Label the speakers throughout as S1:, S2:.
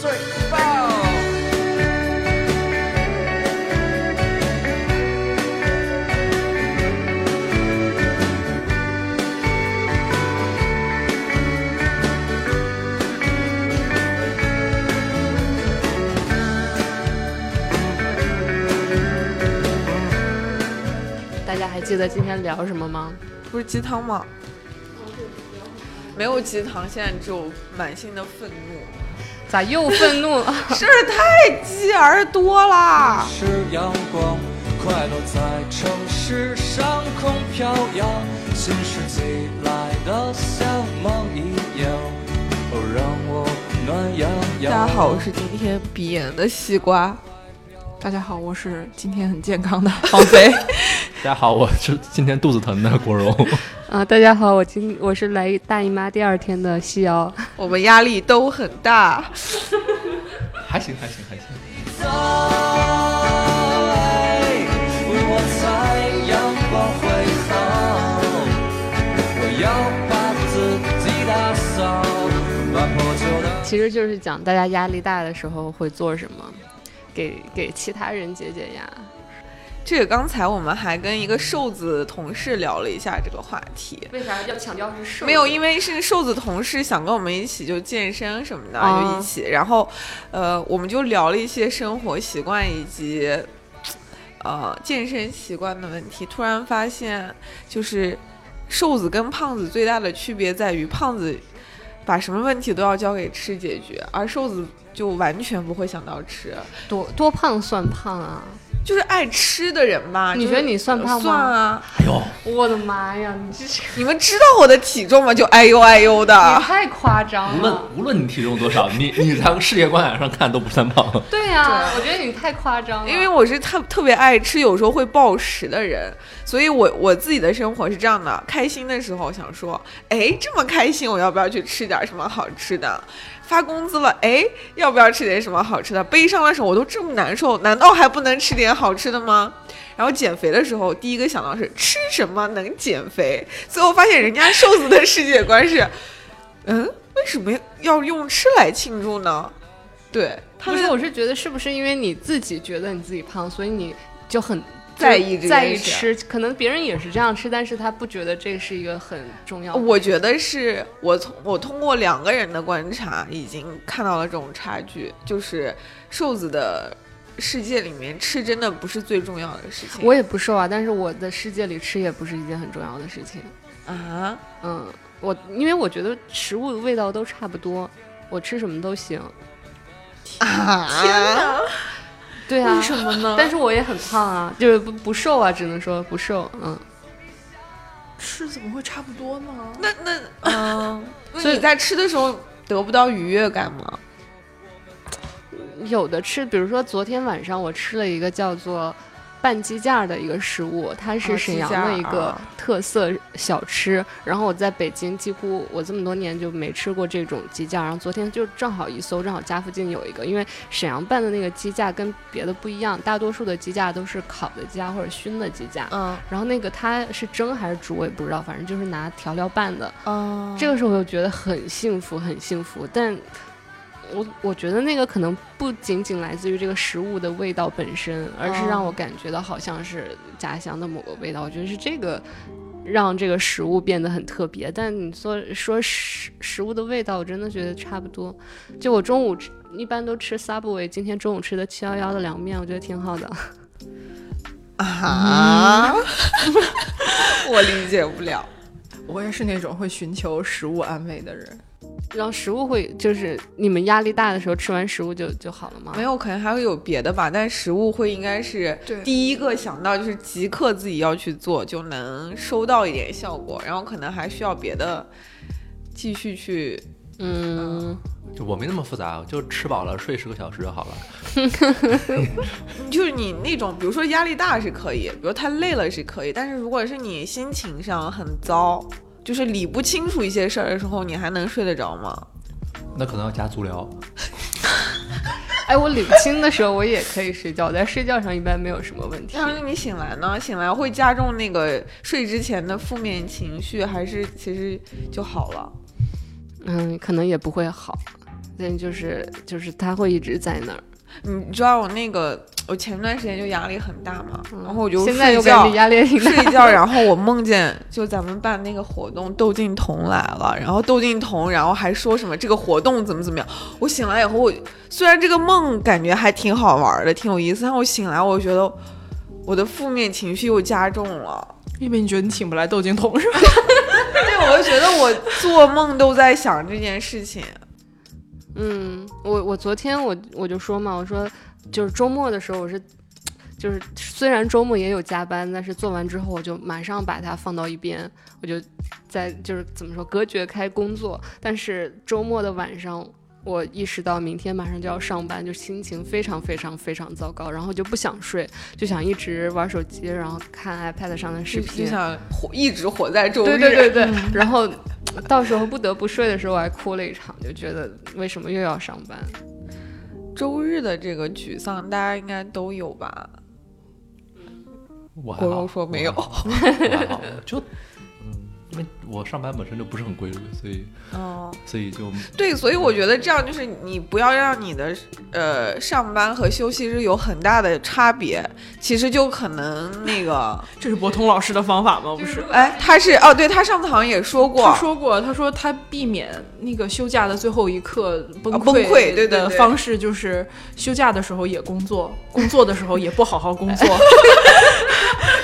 S1: 水报。
S2: 大家还记得今天聊什么吗？
S3: 不是鸡汤吗？没有鸡汤，现在只有满心的愤怒，
S2: 咋又愤怒了？
S3: 事儿太鸡儿多啦。
S1: 是阳光，快乐在城市上空飘扬，新世纪来的像梦一样，哦，让我暖洋
S3: 大
S1: 洋。
S3: 家好，我是今天鼻炎的西瓜。
S4: 大家好，我是今天很 健康的王菲。
S5: 大家好，我是今天肚子疼 的国荣。
S2: 啊，大家好，我今我是来大姨妈第二天的西瑶。
S3: 我们压力都很大，
S5: 还行，还行，还行。
S1: 在为我在阳光挥毫，我要把自己打扫，把破旧的。
S2: 其实就是讲大家压力大的时候会做什么，给给其他人解解压。
S3: 这个刚才我们还跟一个瘦子同事聊了一下这个话题。
S2: 为啥要强调是瘦
S3: 没有，因为是瘦子同事想跟我们一起就健身什么的，
S2: 啊
S3: 就一起。然后，呃，我们就聊了一些生活习惯以及，呃，健身习惯的问题。突然发现，就是瘦子跟胖子最大的区别在于，胖子把什么问题都要交给吃解决，而瘦子就完全不会想到吃，
S2: 多多胖算胖啊？
S3: 就是爱吃的人吧。
S2: 你
S3: 就是
S2: 觉得你算胖吗
S3: 算啊！
S5: 哎呦，
S2: 我的妈呀，你这是
S3: 你们知道我的体重吗？就哎呦哎呦的
S2: 你。太夸张
S5: 无
S3: 啊
S2: 了。
S5: 论无论你体重多少，你 你从世界观上看都不算胖。
S2: 对呀、
S3: 对
S2: 我觉得你太夸张了。
S3: 因为我是特特别爱吃，有时候会暴食的人，所以我我自己的生活是这样的：开心的时候想说，哎，这么开心，我要不要去吃点什么好吃的？发工资了，哎，要不要吃点什么好吃的？悲伤的时候我都这么难受，难道还不能吃点好吃的吗？然后减肥的时候，第一个想到是吃什么能减肥，所以我发现人家瘦子的世界观是，嗯，为什么要用吃来庆祝呢？对，他
S2: 不
S3: 们
S2: 是，我是觉得是不是因为你自己觉得你自己胖，所以你就很
S3: 在意这件事
S2: 在意
S3: 啊
S2: 吃？可能别人也是这样吃，但是他不觉得这是一个很重要的。
S3: 我觉得是我从我通过两个人的观察，已经看到了这种差距，就是瘦子的世界里面，吃真的不是最重要的事情。
S2: 我也不瘦啊，但是我的世界里吃也不是一件很重要的事情。
S3: 啊，
S2: 嗯，我因为我觉得食物味道都差不多，我吃什么都行。
S3: 天哪！
S2: 对啊，
S3: 啊么呢
S2: 但是我也很胖啊，就是不不瘦啊，只能说不瘦。嗯，
S4: 吃怎么会差不多呢？
S3: 那那嗯，
S2: 所
S3: 那
S2: 以
S3: 你在吃的时候得不到愉悦感吗？
S2: 有的吃，比如说昨天晚上我吃了一个叫做拌鸡架的一个食物，它是
S3: 哦
S2: 沈
S3: 鸡
S2: 阳
S3: 架
S2: 的一个
S3: 啊
S2: 特色小吃。然后我在北京几乎我这么多年就没吃过这种鸡架，然后昨天就正好一搜，正好家附近有一个，因为沈阳拌的那个鸡架跟别的不一样，大多数的鸡架都是烤的鸡架或者熏的鸡架。
S3: 嗯
S2: 然后那个它是蒸还是煮我也不知道，反正就是拿调料拌的，
S3: 嗯
S2: 这个时候我就觉得很幸福，很幸福。但我我觉得那个可能不仅仅来自于这个食物的味道本身，而是
S3: 哦
S2: 让我感觉到好像是家乡的某个味道。我觉得是这个让这个食物变得很特别。但你说说食食物的味道，我真的觉得差不多。就我中午吃一般都吃 Subway，今天中午吃的七幺幺的凉面，我觉得挺好的。
S3: 啊，
S2: 嗯
S3: 我理解不了。
S4: 我也是那种会寻求食物安慰的人。
S2: 然后食物会就是你们压力大的时候吃完食物就就好了吗？
S3: 没有，可能还会有别的吧，但食物会应该是
S4: 对
S3: 第一个想到，就是即刻自己要去做，就能收到一点效果，然后可能还需要别的继续去。
S2: 嗯，
S5: 就我没那么复杂，就吃饱了睡十个小时就好了。
S3: 就是你那种，比如说压力大是可以，比如太累了是可以，但是如果是你心情上很糟，就是理不清楚一些事儿的时候，你还能睡得着吗？
S5: 那可能要加足疗。
S2: 哎，我理不清的时候我也可以睡觉，在睡觉上一般没有什么问题。
S3: 要是你醒来呢？醒来会加重那个睡之前的负面情绪，还是其实就好了？
S2: 嗯，可能也不会好。但就是就是它会一直在那儿。嗯
S3: 你知道我那个，我前段时间就压力很大嘛，
S2: 嗯
S3: 然后我就
S2: 现在
S3: 睡
S2: 又感
S3: 觉
S2: 觉压力挺
S3: 睡
S2: 大。
S3: 觉，然后我梦见就咱们办那个活动，窦靖童来了，然后窦靖童，然后还说什么这个活动怎么怎么样。我醒来以后，我虽然这个梦感觉还挺好玩的，挺有意思，但我醒来我觉得我的负面情绪又加重 了。
S4: 因为你觉得你请不来窦靖童是吧？
S3: 对，我就觉得我做梦都在想这件事情。
S2: 嗯，我我昨天我我就说嘛，我说就是周末的时候我是。就是虽然周末也有加班，但是做完之后我就马上把它放到一边，我就在就是怎么说隔绝开工作。但是周末的晚上，我意识到明天马上就要上班，就心情非常非常非常糟糕，然后就不想睡，就想一直玩手机，然后看 iPad 上的视
S3: 就就
S2: 频，
S3: 想活一直活在周日。
S2: 对对对对，然后到时候不得不睡的时候，我还哭了一场，就觉得为什么又要上班？
S3: 周日的这个沮丧，大家应该都有吧？
S5: 我还
S3: 国
S5: 好
S3: 荣说没有
S5: 我还 好，我还好就嗯，因为我上班本身就不是很规律，所以
S4: 嗯
S3: 哦，
S5: 所以就
S3: 对，所以我觉得这样就是你不要让你的呃上班和休息日有很大的差别，其实就可能那 个，
S4: 这是博通老师的方法吗？不是。
S3: 哎，他是哦，对他上次好像也说过
S4: 他，说过，他说他避免那个休假的最后一刻崩
S3: 啊
S4: 溃、
S3: 崩溃对对
S4: 的
S3: 对
S4: 方式就是休假的时候也工作，工作的时候也不好 好工作，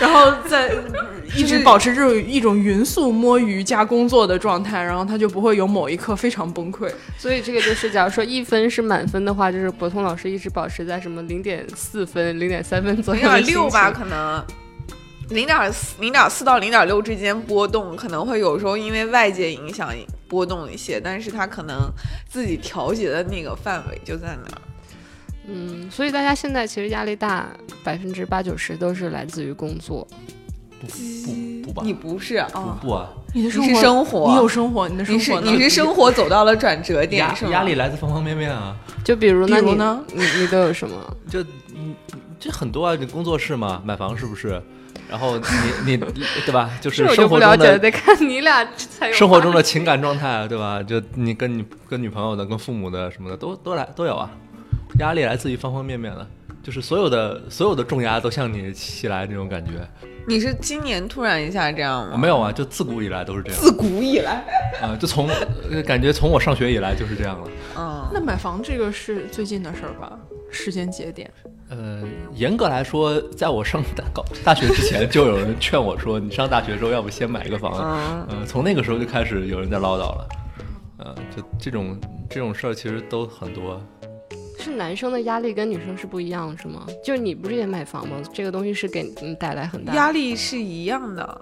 S4: 然后在嗯一直保持这种一种匀速摸鱼加工作的状态，然后他就不会有某一刻非常崩溃。
S2: 所以这个就是，假如说一分是满分的话，就是博通老师一直保持在什么零点四分、零点三分左
S3: 零
S2: 右的
S3: 点
S2: 心
S3: 六吧，
S2: 情。
S3: 可能。零点四、零点四到零点六之间波动，可能会有时候因为外界影响波动一些，但是他可能自己调节的那个范围就在那儿。
S2: 嗯，所以大家现在其实压力大，百分之八九十都是来自于工作。
S5: 不不不吧，
S3: 你不是啊、
S4: 哦
S5: 不不啊，
S4: 你的
S3: 你
S4: 生
S3: 是
S4: 活，
S3: 生活，
S4: 你有生活，你的
S3: 你
S4: 生
S3: 是
S4: 活呢？
S3: 你是生活走到了转折点，
S5: 压
S3: 是吗
S5: 压力来自方方面面啊，
S2: 就比如呢，
S4: 比如
S2: 你
S4: 呢
S2: 你你都有什么？
S5: 就嗯这很多啊，你工作室嘛，买房是不是？然后你你对吧？就是
S2: 我就
S5: 生
S2: 不
S5: 活
S2: 了
S5: 中
S2: 解了，
S5: 的
S2: 得看你俩 才有
S5: 生活中
S2: 话
S5: 的情感状态啊，对吧？就你跟你跟女朋友的、跟父母的什么的，都都来都有啊。压力来自于方方面面的，就是所有的所有的重压都向你袭来，这种感觉。
S3: 你是今年突然一下这样吗？
S5: 没有啊，就自古以来都是这样
S3: 自古以来，
S5: 啊、就从呃感觉从我上学以来就是这样了。
S3: 嗯，
S4: 那买房这个是最近的事儿吧？时间节点，
S5: 呃，严格来说，在我上大高大学之前，就有人劝我说，你上大学的时候要不先买一个房。
S3: 嗯
S5: 呃，从那个时候就开始有人在唠叨了。呃，就这种这种事儿其实都很多。
S2: 是男生的压力跟女生是不一样，是吗？就是你不是也买房吗？这个东西是给你带来很大
S3: 压力是一样的，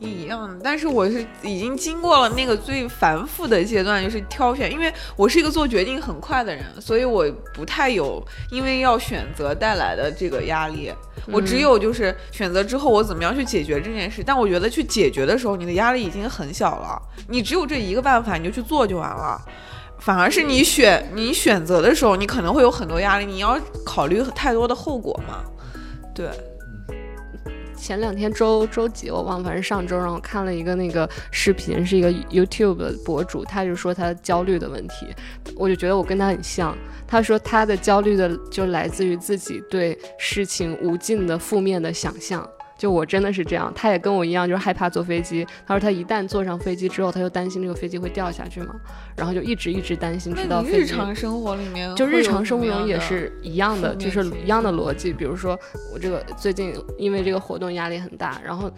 S3: 一样的。但是我是已经经过了那个最繁复的阶段，就是挑选，因为我是一个做决定很快的人，所以我不太有因为要选择带来的这个压力。
S2: 嗯
S3: 我只有就是选择之后我怎么样去解决这件事，但我觉得去解决的时候，你的压力已经很小了，你只有这一个办法，你就去做就完了。反而是你选你选择的时候，你可能会有很多压力，你要考虑太多的后果嘛。对，
S2: 前两天周周几我忘了，反正上周让我看了一个那个视频，是一个 YouTube 的博主，他就说他焦虑的问题，我就觉得我跟他很像。他说他的焦虑的就来自于自己对事情无尽的负面的想象。就我真的是这样，他也跟我一样，就是害怕坐飞机。他说他一旦坐上飞机之后，他就担心这个飞机会掉下去嘛，然后就一直一直担心，直
S3: 那
S2: 到
S3: 你
S2: 飞
S3: 日
S2: 机
S3: 常生活里面，
S2: 就日常生活中也，是一样的，
S3: 负
S2: 就
S3: 面
S2: 是
S3: 情
S2: 一样
S3: 绪
S2: 的逻辑。比如说，我这个最近因为这个活动压力很大，然后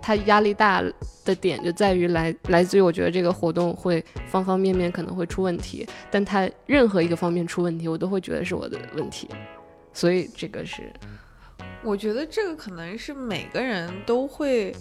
S2: 它压力大的点就在于来来自于我觉得这个活动会方方面面可能会出问题，但它任何一个方面出问题，我都会觉得是我的问题。所以这个是
S3: 我觉得这个可能是每个人都会。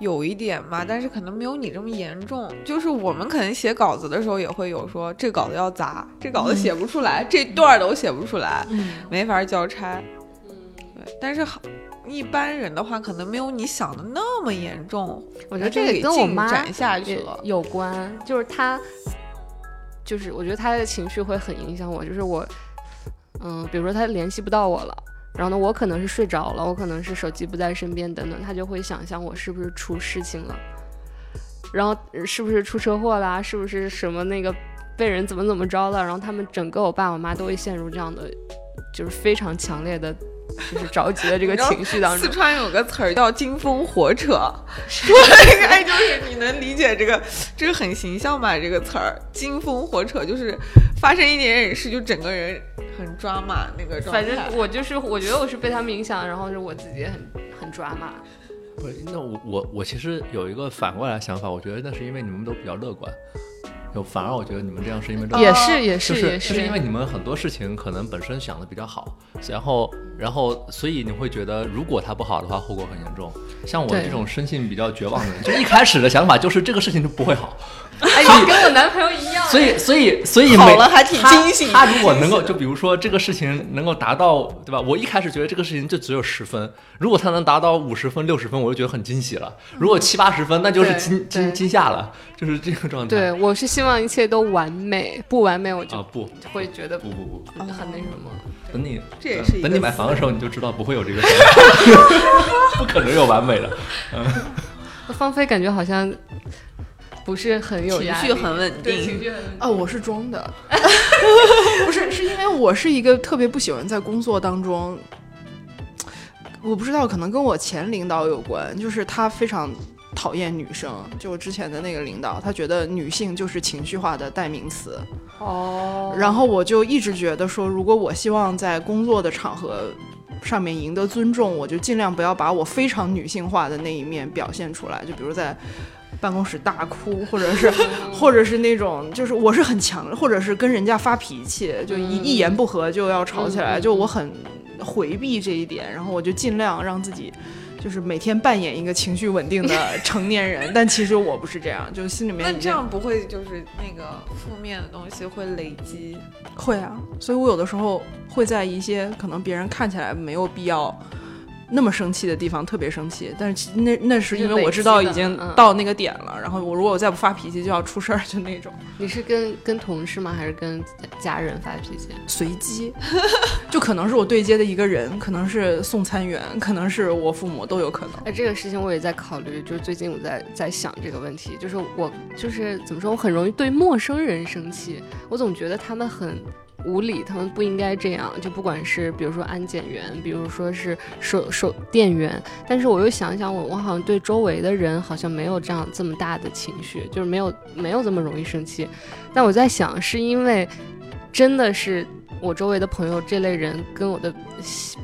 S3: 有一点吧，但是可能没有你这么严重。就是我们可能写稿子的时候也会有说，这稿子要砸，这稿
S2: 嗯
S3: 子写不出来，这段儿都写不出来，
S4: 嗯，
S3: 没法交差。
S2: 嗯
S3: 对，但是好，一般人的话，可能没有你想的那么严重。
S2: 我觉得
S3: 这
S2: 这个
S3: 给
S2: 跟我
S3: 进
S2: 妈
S3: 展下去
S2: 也
S3: 了。
S2: 有关，就是他，就是我觉得他的情绪会很影响我，就是我，嗯，比如说他联系不到我了。然后呢，我可能是睡着了，我可能是手机不在身边，等等，他就会想象我是不是出事情了，然后呃是不是出车祸啦，是不是什么那个被人怎么怎么着了，然后他们整个我爸我妈都会陷入这样的，就是非常强烈的，就是着急的这 个
S3: 你知道
S2: 情绪当
S3: 四
S2: 中。
S3: 川有个词儿叫“金风火扯”， 我应该就是你能理解这个，这个很形象吧？这个词儿“金风火扯”就是发生一点点事就整个人很抓马那个状态。
S2: 反正我就是，我觉得我是被他们影响，然后是我自己也很很抓马。
S5: 不是，那我我我其实有一个反过来想法，我觉得那是因为你们都比较乐观，就反而我觉得你们这样是因
S4: 呃
S5: 为乐观
S2: 也是也
S5: 就是是
S2: 也
S5: 就是因为你们很多事情可能本身想的比较好，然后然后所以你会觉得如果它不好的话，后果很严重。像我
S2: 对
S5: 这种生性比较绝望的人，就一开始的想法就是这个事情就不会好，
S2: 哎呀，跟我男朋友一样。
S5: 所以所以所以
S3: 好
S5: 每
S3: 了还挺惊喜
S5: 他如果能够，就比如说这个事情能够达到，对吧？我一开始觉得这个事情就只有十分，如果他能达到五十分、六十分，我就觉得很惊喜了；如
S3: 嗯
S5: 果七八十分，那就是
S2: 对
S5: 惊
S2: 对
S5: 惊惊吓了，就是这个状态。
S2: 对，我是希望一切都完美，不完美我就
S5: 啊，不
S2: 会觉得
S5: 不不不，
S2: 很那什么。
S5: 等你
S3: 这也是一个
S5: 等你买房的时候，你就知道不会有这个， 不可能有完美的。
S2: 芳菲感觉好像不是很有
S3: 情
S2: 压
S3: 绪
S2: 力
S3: 很稳
S2: 对
S3: 定
S2: 情绪很稳定。
S4: 啊，我是装的， 不是，是因为我是一个特别不喜欢在工作当中，我不知道，可能跟我前领导有关，就是他非常讨厌女生，就我之前的那个领导，他觉得女性就是情绪化的代名词，
S2: 哦，
S4: 然后我就一直觉得说，如果我希望在工作的场合上面赢得尊重，我就尽量不要把我非常女性化的那一面表现出来，就比如在。办公室大哭，或者是， 或者是那种，就是我是很强，或者是跟人家发脾气，就一、
S2: 嗯
S4: 一言不合就要吵起来，
S2: 嗯嗯
S4: 就我很回避这一点，然后我就尽量让自己，就是每天扮演一个情绪稳定的成年人，但其实我不是这样，就心里面
S3: 那
S4: 已
S3: 这
S4: 经
S3: 样不会就是那个负面的东西会累积？
S4: 会啊，所以我有的时候会在一些可能别人看起来没有必要那么生气的地方特别生气，但是其那那是因为我知道已经
S3: 嗯
S4: 到那个点了，然后我如果我再不发脾气就要出事儿，就那种
S2: 你是跟跟同事吗？还是跟家人发脾气？
S4: 随机， 就可能是我对接的一个人，可能是送餐员，可能是我父母都有可能。
S2: 哎，这个事情我也在考虑，就是最近我在在想这个问题，就是我就是怎么说，我很容易对陌生人生气，我总觉得他们很。无理，他们不应该这样。就不管是比如说安检员，比如说是售售店员，但是我又想一想我，我好像对周围的人好像没有这样这么大的情绪，就是没有没有这么容易生气。但我在想，是因为真的是我周围的朋友这类人跟我的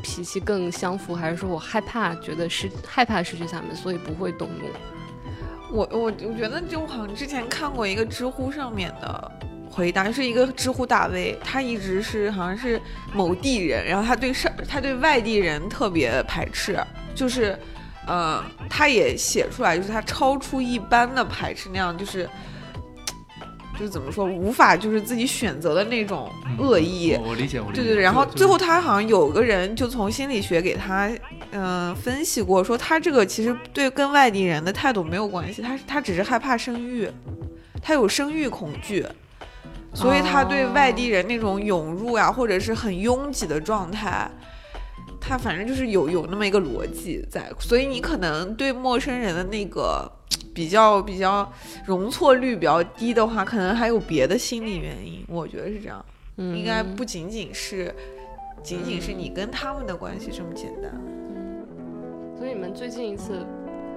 S2: 脾气更相符，还是说我害怕，觉得失害怕失去他们，所以不会动怒？
S3: 我我我觉得就好像之前看过一个知乎上面的回答，是一个知乎大 V，他一直是好像是某地人，然后他对上他对外地人特别排斥，就是，呃，他也写出来，就是他超出一般的排斥那样，就是。就是怎么说，无法就是自己选择的那种
S5: 嗯
S3: 恶意，
S5: 我我理解，我理解。
S3: 对对，对，然后
S5: 就
S3: 最后他好像有个人就从心理学给他嗯、呃分析过，说他这个其实对跟外地人的态度没有关系，他是他只是害怕生育，他有生育恐惧，所以他对外地人那种涌入啊，或者是很拥挤的状态。他反正就是有有那么一个逻辑在，所以你可能对陌生人的那个比较比较容错率比较低的话，可能还有别的心理原因，我觉得是这样。
S2: 嗯，
S3: 应该不仅仅是，仅仅是你跟他们的关系这么简单。
S2: 所以你们最近一次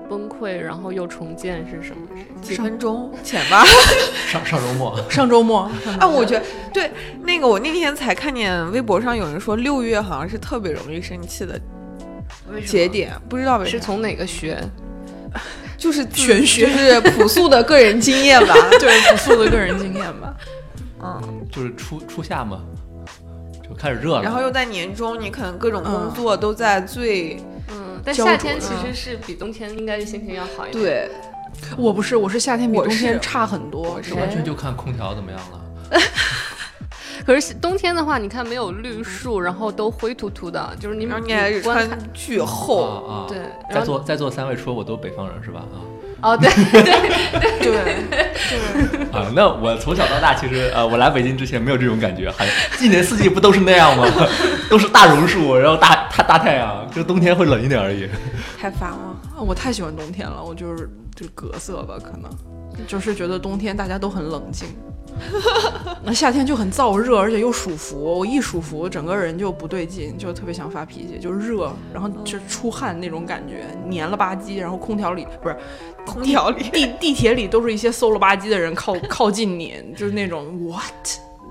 S2: 崩溃，然后又重建是什么事情？
S3: 几分钟 前吧，
S5: 上上周末，
S4: 上周末，
S3: 啊，我觉得对那个，我那天才看见微博上有人说六月好像是特别容易生气的 嗯节点，不知道为啥
S2: 是从哪个学？
S3: 就是自
S4: 玄学
S3: 就是 朴素的个人经验吧。
S4: 对朴素的个人经验吧。
S3: 嗯，
S5: 嗯，就是初初夏嘛，就开始热了，
S3: 然后又在年终，你可能各种工作都在最、
S2: 嗯，但
S4: 焦
S2: 夏
S4: 灼
S2: 天其
S4: 嗯
S2: 实是比冬天应该心情要好一点。
S3: 对，
S4: 我不是，我是夏天比
S3: 我
S4: 冬
S3: 是
S4: 天差很多，
S5: 这完全就看空调怎么样了。
S2: 可是冬天的话，你看没有绿树，然后都灰秃秃的，就是你
S3: 然后你还
S2: 你
S3: 是
S2: 观看
S3: 穿巨厚，
S5: 啊啊！
S2: 对，
S5: 在
S2: 然后
S5: 座在座三位除了我都是北方人是吧？啊。
S2: 哦对，
S4: 对。
S5: 啊，那我从小到大，其实呃，我来北京之前没有这种感觉，还一年四季不都是那样吗？ 都是大榕树，然后大大大太阳，就冬天会冷一点而已。
S3: 太烦了。
S4: 啊，我太喜欢冬天了，我就是就是格色吧，可能就是觉得冬天大家都很冷静， 那夏天就很燥热，而且又暑伏，我一暑伏，整个人就不对劲，就特别想发脾气，就热，然后就
S3: 嗯
S4: 出汗那种感觉，黏了吧唧，然后空调里不是
S3: 空调里
S4: 地地铁里都是一些馊了吧唧的人靠靠近你，就是那种 what。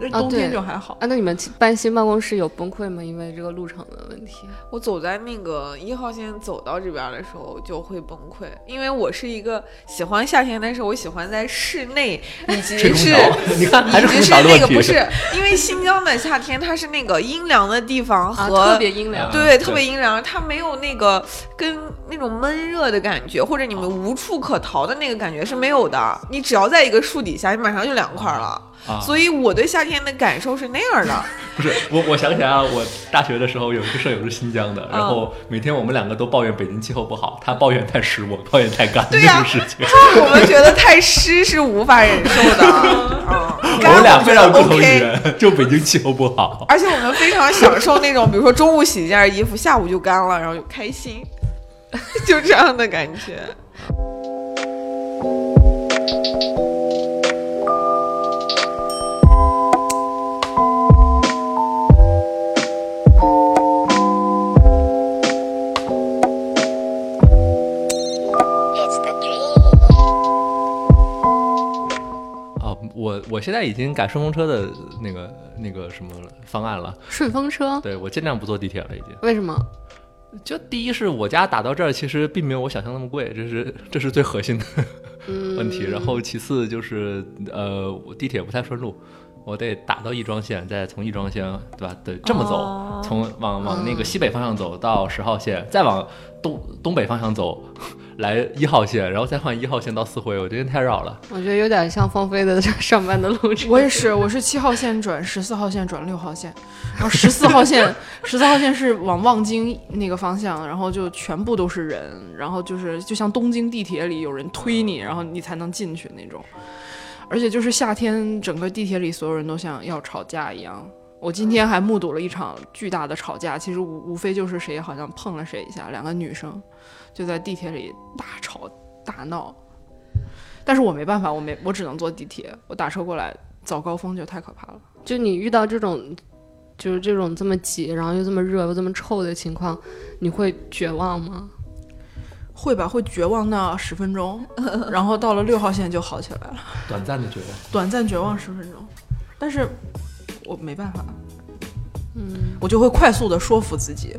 S4: 那
S2: 啊
S4: 冬天
S2: 对
S4: 就还好，
S2: 啊，那你们搬新办公室有崩溃吗？因为这个路程的问题，
S3: 我走在那个一号线走到这边的时候就会崩溃，因为我是一个喜欢夏天，但是我喜欢在室内以及
S5: 吹空
S3: 是
S5: 调， 你看还是
S3: 以
S5: 空
S3: 及是
S5: 调的
S3: 那
S5: 问
S3: 个
S5: 题。
S3: 不是，因为新疆的夏天它是那个阴凉的地方
S2: 啊，
S3: 和、
S2: 特别阴凉。
S3: 对，
S5: 对
S3: 特别阴凉，它没有那个跟那种闷热的感觉，或者
S2: 哦
S3: 你们无处可逃的那个感觉是没有的。你只要在一个树底下，你马上就凉快了。
S5: 啊
S3: 所以我对夏天的感受是那样的。
S5: 不是我，我想起来啊，我大学的时候有一个舍友是新疆的，然
S3: 嗯
S5: 后每天我们两个都抱怨北京气候不好，他抱怨太湿，我抱怨太干这
S3: 对呀
S5: 种事情。
S3: 我们觉得太湿是无法忍受的。嗯，
S5: 我们俩非常不同于
S3: OK。
S5: 人，就北京气候不好。
S3: 而且我们非常享受那种，比如说中午洗一件衣服，下午就干了，然后就开心，就 这样的感觉。
S5: 啊，我我现在已经改顺风车的那个那个什么了方案了，
S2: 顺风车
S5: 对我尽量不坐地铁了，已经。
S2: 为什么？
S5: 就第一是我家打到这儿，其实并没有我想象那么贵，这是这是最核心的
S2: 嗯
S5: 问题。然后其次就是呃，我地铁不太顺路，我得打到亦庄线，再从亦庄线对吧？对，这么走，从往往那个西北方向走到十号线，再往东东北方向走。 来一号线，然后再换一号线到四惠，我觉得太绕了。
S2: 我觉得有点像芳菲的 上班的路程。
S4: 我也是，我是七号线转十四号线转六号线，然后十四号线，十四号线是往望京那个方向，然后就全部都是人，然后就是就像东京地铁里有人推你，然后你才能进去那种。而且就是夏天，整个地铁里所有人都像要吵架一样。我今天还目睹了一场巨大的吵架，其实无无非就是谁好像碰了谁一下，两个女生就在地铁里大吵大闹。但是我没办法，我没我只能坐地铁，我打车过来早高峰就太可怕了。
S2: 就你遇到这种，就是这种这么挤，然后又这么热又这么臭的情况，你会绝望吗？
S4: 会吧，会绝望那十分 钟，然后到了六号线就好起来了，
S5: 短暂的觉得，
S4: 短暂绝望十分钟，但是我没办法，嗯，我就会快速的说服自己，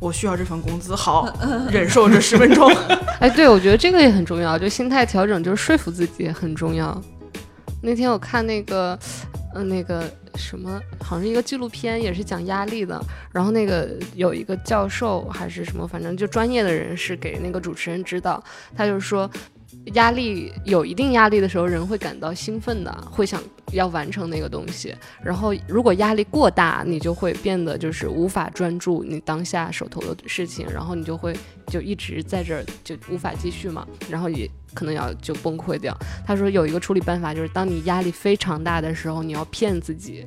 S4: 我需要这份工资，好， 忍受这十分钟。
S2: 哎，对，我觉得这个也很重要，就心态调整，就是说服自己也很重要。那天我看那个，呃，那个什么，好像是一个纪录片，也是讲压力的。然后那个有一个教授还是什么，反正就专业的人士给那个主持人指导，他就说，压力有一定压力的时候，人会感到兴奋的，会想要完成那个东西。然后如果压力过大，你就会变得就是无法专注你当下手头的事情，然后你就会就一直在这儿就无法继续嘛，然后也可能要就崩溃掉。他说有一个处理办法，就是当你压力非常大的时候，你要骗自己。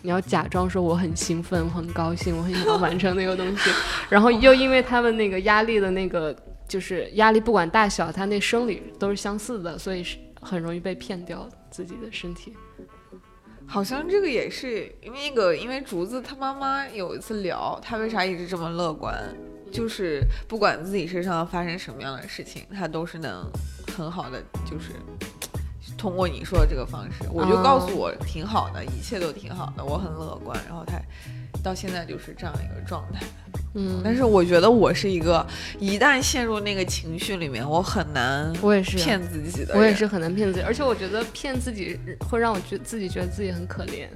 S2: 你要假装说我很兴奋，我很高兴，我很想要完成那个东西，然后又因为他们那个压力的那个就是压力不管大小，它那生理都是相似的，所以是很容易被骗掉自己的身体。
S3: 好像这个也是因为那个，因为竹子她妈妈有一次聊，她为啥一直这么乐观，就是不管自己身上发生什么样的事情，她都是能很好的，就是通过你说的这个方式，我就
S2: 哦
S3: 告诉我挺好的，一切都挺好的，我很乐观，然后她到现在就是这样一个状态。
S2: 嗯，
S3: 但是我觉得我是一个一旦陷入那个情绪里面，我很难
S2: 我也是啊
S3: 骗自己的人，
S2: 我也是很难骗自己，而且我觉得骗自己会让我觉自己觉得自己很可怜，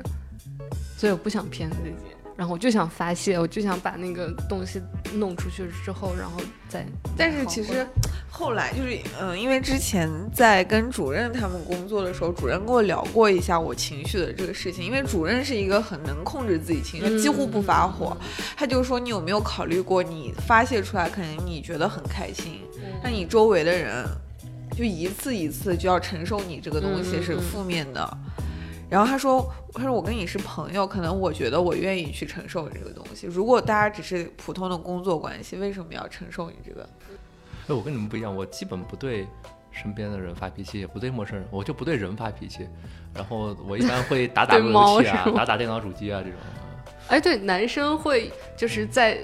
S2: 所以我不想骗自己，然后我就想发泄，我就想把那个东西弄出去之后，然后再。
S3: 但
S2: 再
S3: 是
S2: 好
S3: 其
S2: 过来
S3: 实后来就是，嗯，因为之前在跟主任他们工作的时候，主任跟我聊过一下我情绪的这个事情。因为主任是一个很能控制自己情绪，几乎
S2: 嗯
S3: 不发火。他就说，你有没有考虑过，你发泄出来，可能你觉得很开心，那
S2: 嗯
S3: 你周围的人就一次一次就要承受你这个东西是负面的。然后他说：“他说我跟你是朋友，可能我觉得我愿意去承受你这个东西。如果大家只是普通的工作关系，为什么要承受你这个？
S5: 哎，我跟你们不一样，我基本不对身边的人发脾气，也不对陌生人，我就不对人发脾气。然后我一般会打打
S2: 对
S5: 路
S2: 猫
S5: 由器
S2: 是
S5: 啊，
S2: 吗
S5: 打打电脑主机啊这种。
S2: 哎，对，男生会就是在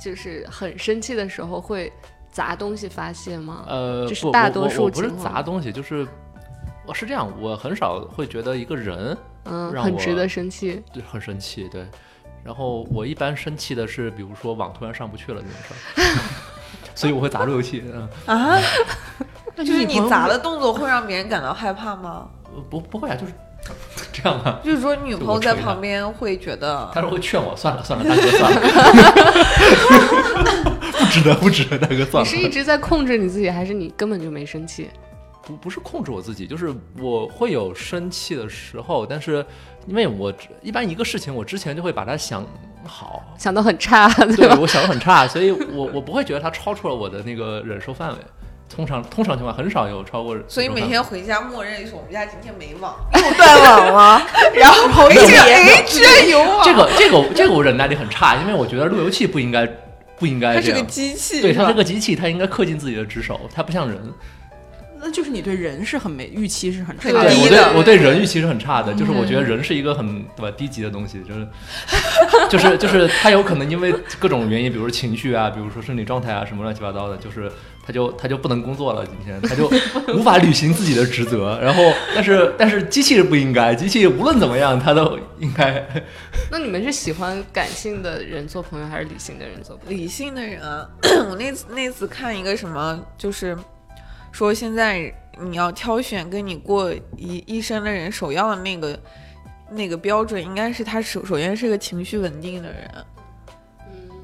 S2: 就是很生气的时候会砸东西发泄吗？
S5: 呃，
S2: 这是
S5: 不
S2: 大
S5: 我
S2: 多
S5: 我
S2: 数
S5: 我不是
S2: 情况
S5: 砸东西，就是我是这样，我很少会觉得一个人
S2: 嗯，
S5: 让
S2: 很
S5: 我
S2: 值得生 气。
S5: 就很生气，对。然后我一般生气的是，比如说网突然上不去了这种事儿， 所以我会砸路由器。嗯，
S3: 啊，
S4: 那
S3: 就是
S4: 朋
S3: 你
S4: 友
S3: 砸的动作会让别人感到害怕吗？
S5: 不不会啊，就是 这样啊。
S3: 就是说，女朋友
S5: 就我
S3: 在
S5: 捶他
S3: 旁边会觉得
S5: 啊他说会劝我，算了算了，大哥算 了，不值得不值得，大哥算
S2: 你
S5: 了。
S2: 是一直在控制你自己，还是你根本就没生气？
S5: 不不是控制我自己，就是我会有生气的时候，但是因为我一般一个事情，我之前就会把它想好，
S2: 想的很差，对
S5: 对
S2: 吧？
S5: 我想的很差，所以我 我不会觉得它超出了我的那个忍受范围。通常通常情况很少有超过忍受
S3: 所
S5: 范围，
S3: 以每天回家默认是我们家今天没网，
S4: 断网了，然后
S3: 哎，
S4: 就
S3: 这个
S4: 别
S3: 哎，居然有网，
S5: 这个这个这个我忍耐力很差，因为我觉得路由器不应该不应该
S3: 它
S5: 这
S3: 是
S5: 样
S3: 个，机器，
S5: 哎对它
S3: 吧
S5: 是个机器，它应该恪尽自己的职守，它不像人。
S4: 那就是你对人是很没预期是很差
S3: 对
S4: 的
S5: 哎我
S3: 低
S5: 对
S3: 的嗯
S5: 我对人预期是很差的，就是我觉得人是一个很对吧低级的东西，就是就是就是他有可能因为各种原因，比如说情绪啊，比如说生理状态啊，什么乱七八糟的，就是他就他就不能工作了，今天他就无法履行自己的职责。然后，但是但是机器是不应该，机器无论怎么样，它都应该
S2: 那你们是喜欢感性的人做朋友，还是理性的人做朋友？
S3: 理性的人 啊，我那次那次看一个什么，就是说现在你要挑选跟你过一一生的人，首要的那个那个标准，应该是他首首先是个情绪稳定的人。嗯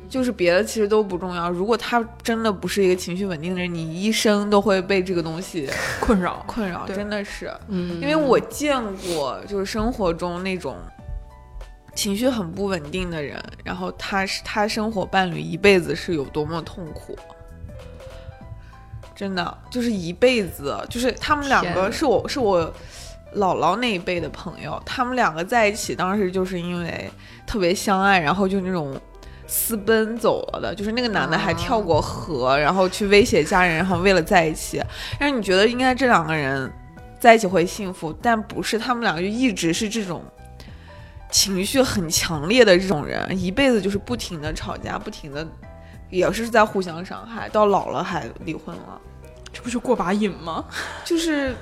S3: 就是别的其实都不重要，如果他真的不是一个情绪稳定的人，你一生都会被这个东西
S4: 困扰。
S3: 困扰，啊
S4: 对
S3: 真的是。
S2: 嗯
S3: 因为我见过，就是生活中那种情绪很不稳定的人，然后他是他生活伴侣一辈子是有多么痛苦，真的就是一辈子，啊就是他们两
S2: 天
S3: 个
S2: 呐
S3: 是我是我姥姥那一辈的朋友，他们两个在一起，当时就是因为特别相爱，然后就那种。私奔走了的，就是那个男的还
S2: 啊
S3: 跳过河，然后去威胁家人，然后为了在一起。但是你觉得应该这两个人在一起会幸福，但不是他们两个就一直是这种情绪很强烈的这种人，一辈子就是不停的吵架，不停的也是在互相伤害，到老了还离婚了，
S4: 这不是过把瘾吗？
S3: 就是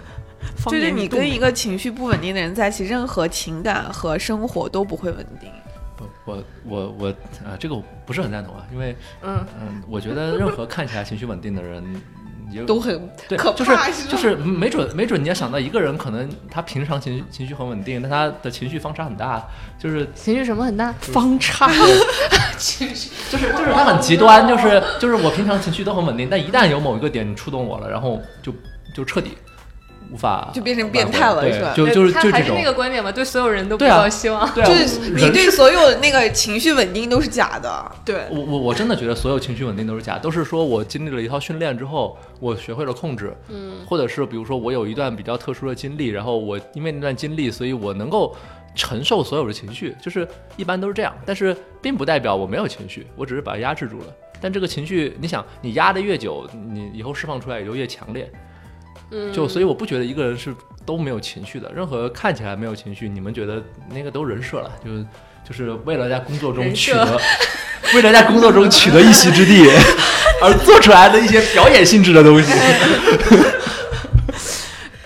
S4: 方
S3: 就是
S4: 言
S3: 你
S4: 一度
S3: 跟一个情绪不稳定的人在一起，任何情感和生活都不会稳定。
S5: 我我我我啊，这个我不是很赞同啊，因为
S2: 嗯，
S5: 嗯，我觉得任何看起来情绪稳定的人。也有
S3: 都很
S5: 对，
S3: 可
S5: 就
S3: 怕是
S5: 是
S3: 吧
S5: 就是没准没准你要想到一个人，可能他平常情绪情绪很稳定，但他的情绪方差很大， 就是
S2: 情绪什么很大，
S4: 方差，
S5: 就是就是他很极端，就是就是我平常情绪都很稳定，但一旦有某一个点触动我了，然后就就彻底无法
S3: 就变成变态了
S5: 挽回
S3: 是吧
S5: 对，就就是
S2: 他
S5: 就
S2: 还
S5: 这
S2: 是那
S5: 种，
S2: 个观点嘛，对所有人都不
S5: 对啊
S2: 抱希望。
S5: 对啊，
S3: 就是你
S5: 人
S3: 对所有的那个情绪稳定都是假的，
S4: 对，
S5: 我我我真的觉得所有情绪稳定都是假，都是说我经历了一套训练之后，我学会了控制，嗯，或者是比如说我有一段比较特殊的经历，然后我因为那段经历，所以我能够承受所有的情绪，就是一般都是这样，但是并不代表我没有情绪，我只是把它压制住了。但这个情绪，你想，你压得越久，你以后释放出来也就越强烈。
S2: 嗯，
S5: 就所以我不觉得一个人是都没有情绪的，任何看起来没有情绪，你们觉得那个都人设了，就是就是为了在工作中
S2: 人
S5: 取
S2: 设
S5: 得，为了在工作中取得一席之地而做出来的一些表演性质的东西。哎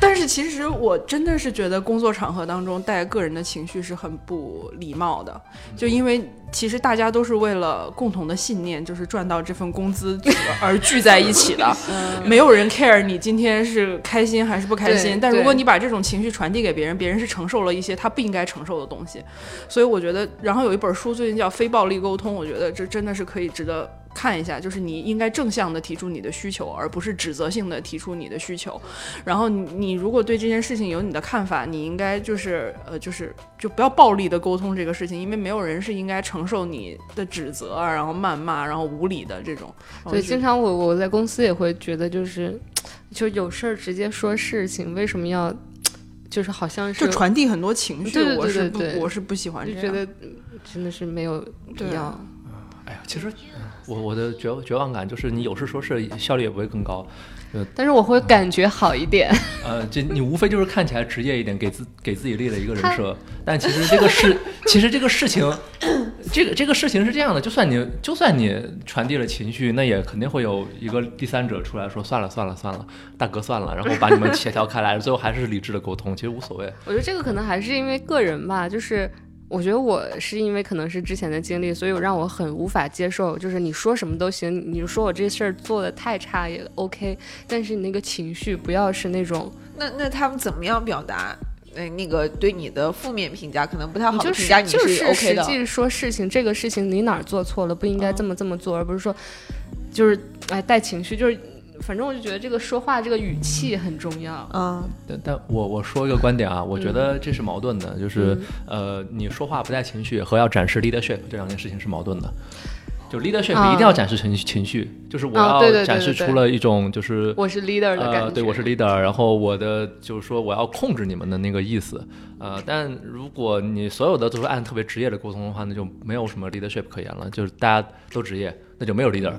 S4: 但是其实我真的是觉得工作场合当中带个人的情绪是很不礼貌的，就因为其实大家都是为了共同的信念，就是赚到这份工资而聚在一起的，没有人 care 你今天是开心还是不开
S2: 对
S4: 心。但如果
S2: 对
S4: 你把这种情绪传递给别人，别人是承受了一些他不应该承受的东西，所以我觉得，然后有一本书最近叫《非暴力沟通》，我觉得这真的是可以值得。看一下，就是你应该正向的提出你的需求，而不是指责性的提出你的需求。然后你你如果对这件事情有你的看法，你应该就是呃就是就不要暴力的沟通这个事情，因为没有人是应该承受你的指责啊，然后谩骂，然后无理的这种。
S2: 对，
S4: 经
S2: 经
S4: 常
S2: 常我我在公司也会觉得就是，就有事儿直接说事情，为什么要，就是好像是
S4: 就传递很多情绪，
S2: 对对对
S4: 我是不
S2: 对对
S4: 我是不喜欢
S2: 就
S4: 这
S2: 觉
S4: 样。
S2: 得嗯真的是没有必
S4: 对啊
S2: 要。
S5: 哎，哎呀，其实我我的绝绝望感就是，你有事说事，效率也不会更高。
S2: 但是我会感觉好一点。
S5: 呃，就你无非就是看起来职业一点，给自给自己立了一个人设，但其实这 个事，其实这个事情，这个这个事情是这样的，就算你就算你传递了情绪，那也肯定会有一个第三者出来说算了算了算了，大哥算了，然后把你们协调开来，最后还是理智的沟通，其实无所谓。
S2: 我觉得这个可能还是因为个人吧，就是我觉得我是因为可能是之前的经历，所以让我很无法接受，就是你说什么都行，你就说我这事儿做的太差也 OK，但是你那个情绪不要是那种
S3: 那那他们怎么样表达？那那个对你的负面评价可能不太好的
S2: 就
S3: 评价，
S2: 是
S3: 你
S2: 就是
S3: OK
S2: 实
S3: 的。嗯
S2: 际说事情，这个事情你哪儿做错了，不应该这么这么做，而不是说就是哎带情绪，就是反正我就觉得这个说话这个语气很重要。
S5: 呃
S3: 嗯，
S5: 但但我我说一个观点啊，我觉得这是矛盾的，就是
S2: 嗯
S5: 呃，你说话不带情绪和要展示 leadership 这两件事情是矛盾的。就 leadership
S2: 啊
S5: 一定要展示情绪，情绪就是我
S2: 啊对对
S5: 要
S2: 对
S5: 展
S2: 对
S5: 示
S2: 对
S5: 出了一种就是
S2: 我是 leader 的感觉，
S5: 呃，对我是 leader，然后我的就是说我要控制你们的那个意思，呃，但如果你所有的都是按特别职业的沟通的话，那就没有什么 leadership 可言了，就是大家都职业，那就没有 leader，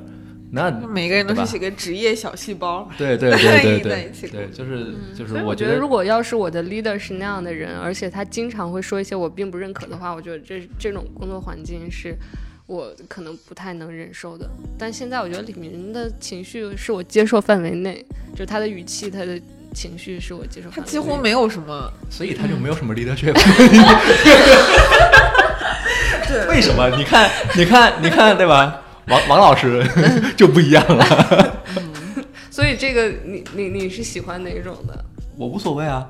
S5: 那
S3: 每个人都
S5: 对吧
S3: 是几个职业小细胞。
S5: 对对对 对对对，就是就
S2: 嗯
S5: 是
S2: 所以
S5: 我
S2: 我
S5: 觉
S2: 得，
S5: 得
S2: 如果要是我的 leader 是那样的人，而且他经常会说一些我并不认可的话，我觉得这这种工作环境是我可能不太能忍受的。但现在我觉得李明的情绪是我接受范围内，就他的语气、他的情绪是我接受
S3: 他
S2: 范围内。
S3: 几乎没有什么，
S5: 所以他就没有什 么 leadership。为 什么？你看，你看，你看，对吧？王王老师 就不一样了。
S2: 所以这个你你你是喜欢哪种的？
S5: 我无所谓啊，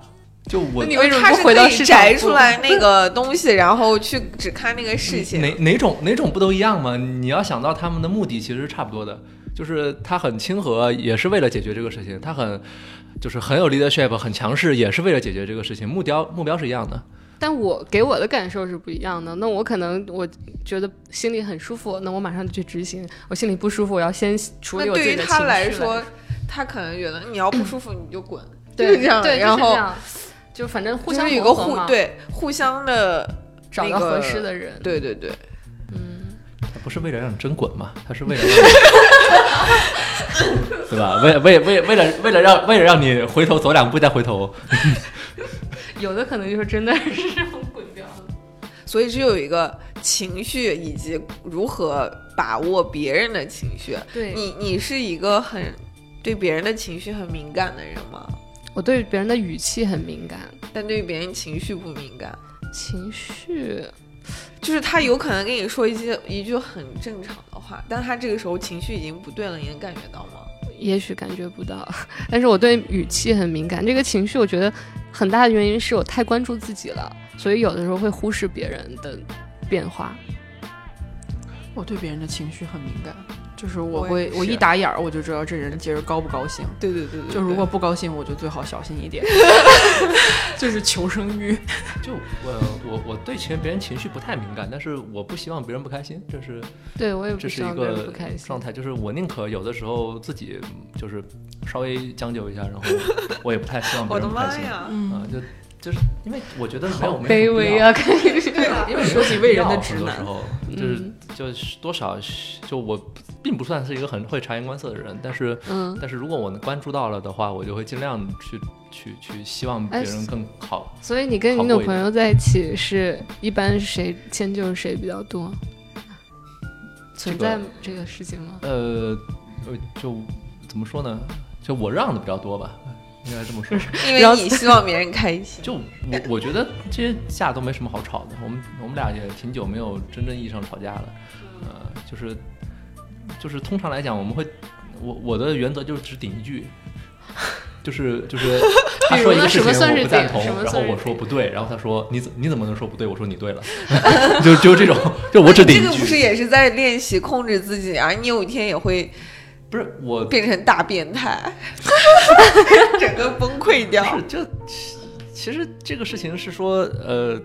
S5: 就我
S2: 那你为什么
S3: 他
S2: 不
S3: 是
S2: 回到
S3: 可以
S2: 市场
S3: 摘
S2: 部
S3: 出来那个东西，然后去只看那个事情？
S5: 哪哪种哪种不都一样吗？你要想到他们的目的其实是差不多的，就是他很亲和，也是为了解决这个事情；他很就是很有 leadership，很强势，也是为了解决这个事情。目标目标是一样的。
S2: 但我给我的感受是不一样的。那我可能我觉得心里很舒服，那我马上就去执行；我心里不舒服，我要先处
S3: 那
S2: 理我自
S3: 对
S2: 己
S3: 于
S2: 的情绪。
S3: 他来说，，他可能觉得你要不舒服你就 滚， 就
S2: 对，
S3: 是这样的。
S2: 对，就是
S3: 然后
S2: 这样就反正互
S3: 就
S2: 相
S3: 是有
S2: 磨
S3: 个
S2: 合
S3: 互
S2: 嘛，
S3: 对互相的，
S2: 找
S3: 那
S2: 到
S3: 个
S2: 合适的人。
S3: 对对对，
S5: 他不是为了让你真滚嘛，他是为了让你， 对吧？为为为为了为了让为了让你回头走两步再回头，
S2: 有的可能就是真的 是这种滚掉了。
S3: 所以只有一个情绪以及如何把握别人的情绪。
S2: 对
S3: 你你是一个很对别人的情绪很敏感的人吗？
S2: 我对别人的语气很敏感，
S3: 但对别人情绪不敏感，
S2: 情绪
S3: 就是他有可能跟你说一些一句很正常的话，但他这个时候情绪已经不对了，你能感觉到吗？
S2: 也许感觉不到，但是我对语气很敏感。这个情绪，我觉得很大的原因是我太关注自己了，所以有的时候会忽视别人的变化。
S4: 我对别人的情绪很敏感，就是我
S3: 我也
S4: 会我
S5: 是
S4: 一打眼儿我就知道这人今儿高不高兴。
S3: 对对对对
S4: 就如果不高兴，我就最好小心 一点，就是求生欲。
S5: 就我我我对情别人情绪不太敏感，但是我不希望别人不开心，这是
S2: 对我也不
S5: 这是
S2: 希
S5: 一
S2: 望别人
S5: 个
S2: 不开心
S5: 状。态，就是我宁可有的时候自己嗯就是稍微将就一下，然后我也不太希望别
S3: 我的
S5: 人不开
S3: 妈
S5: 心啊、
S3: 呀！
S4: 嗯，
S5: 就就是因为我觉得没有没有
S2: 卑
S5: 必
S2: 微
S5: 要
S2: 啊，感 觉
S5: 因为
S4: 说起为人的直
S5: 很多
S4: 男
S5: 时候就是
S2: 嗯
S5: 就是多少就我并不算是一个很会察言观色的人，但是
S2: 嗯，
S5: 但是如果我能关注到了的话，我就会尽量去去去希望别
S2: 哎
S5: 人更好。
S2: 所以你跟你
S5: 好
S2: 女
S5: 过一
S2: 朋友在一起是一般谁迁就谁比较多？存
S5: 这个
S2: 在这个事情吗？
S5: 呃，呃，就怎么说呢？就我让的比较多吧，应该这么说。
S3: 因
S2: 然
S3: 为
S2: 后
S3: 你希望别人开心，
S5: 就我我觉得这些架都没什么好吵的，我们我们俩也挺久没有真正意义上吵架了，呃，就是就是通常来讲，我们会我我的原则就是只顶一句，就是就是 他说一个事
S2: 比如呢什么
S5: 情
S2: 算是
S5: 我不赞
S2: 顶
S5: 同
S2: 什，么
S5: 然
S2: 算
S5: 后
S2: 是
S5: 我说不对，然后他说你怎你怎么能说不对？我说你 对了，就就这种，就 我只顶
S3: 哎这
S5: 一
S3: 个不是
S5: 句，
S3: 也是在练习控制自己啊？你有一天也会
S5: 不是我
S3: 变成大变态， 整个崩溃掉。
S5: 不是，就其其实这个事情是说，呃，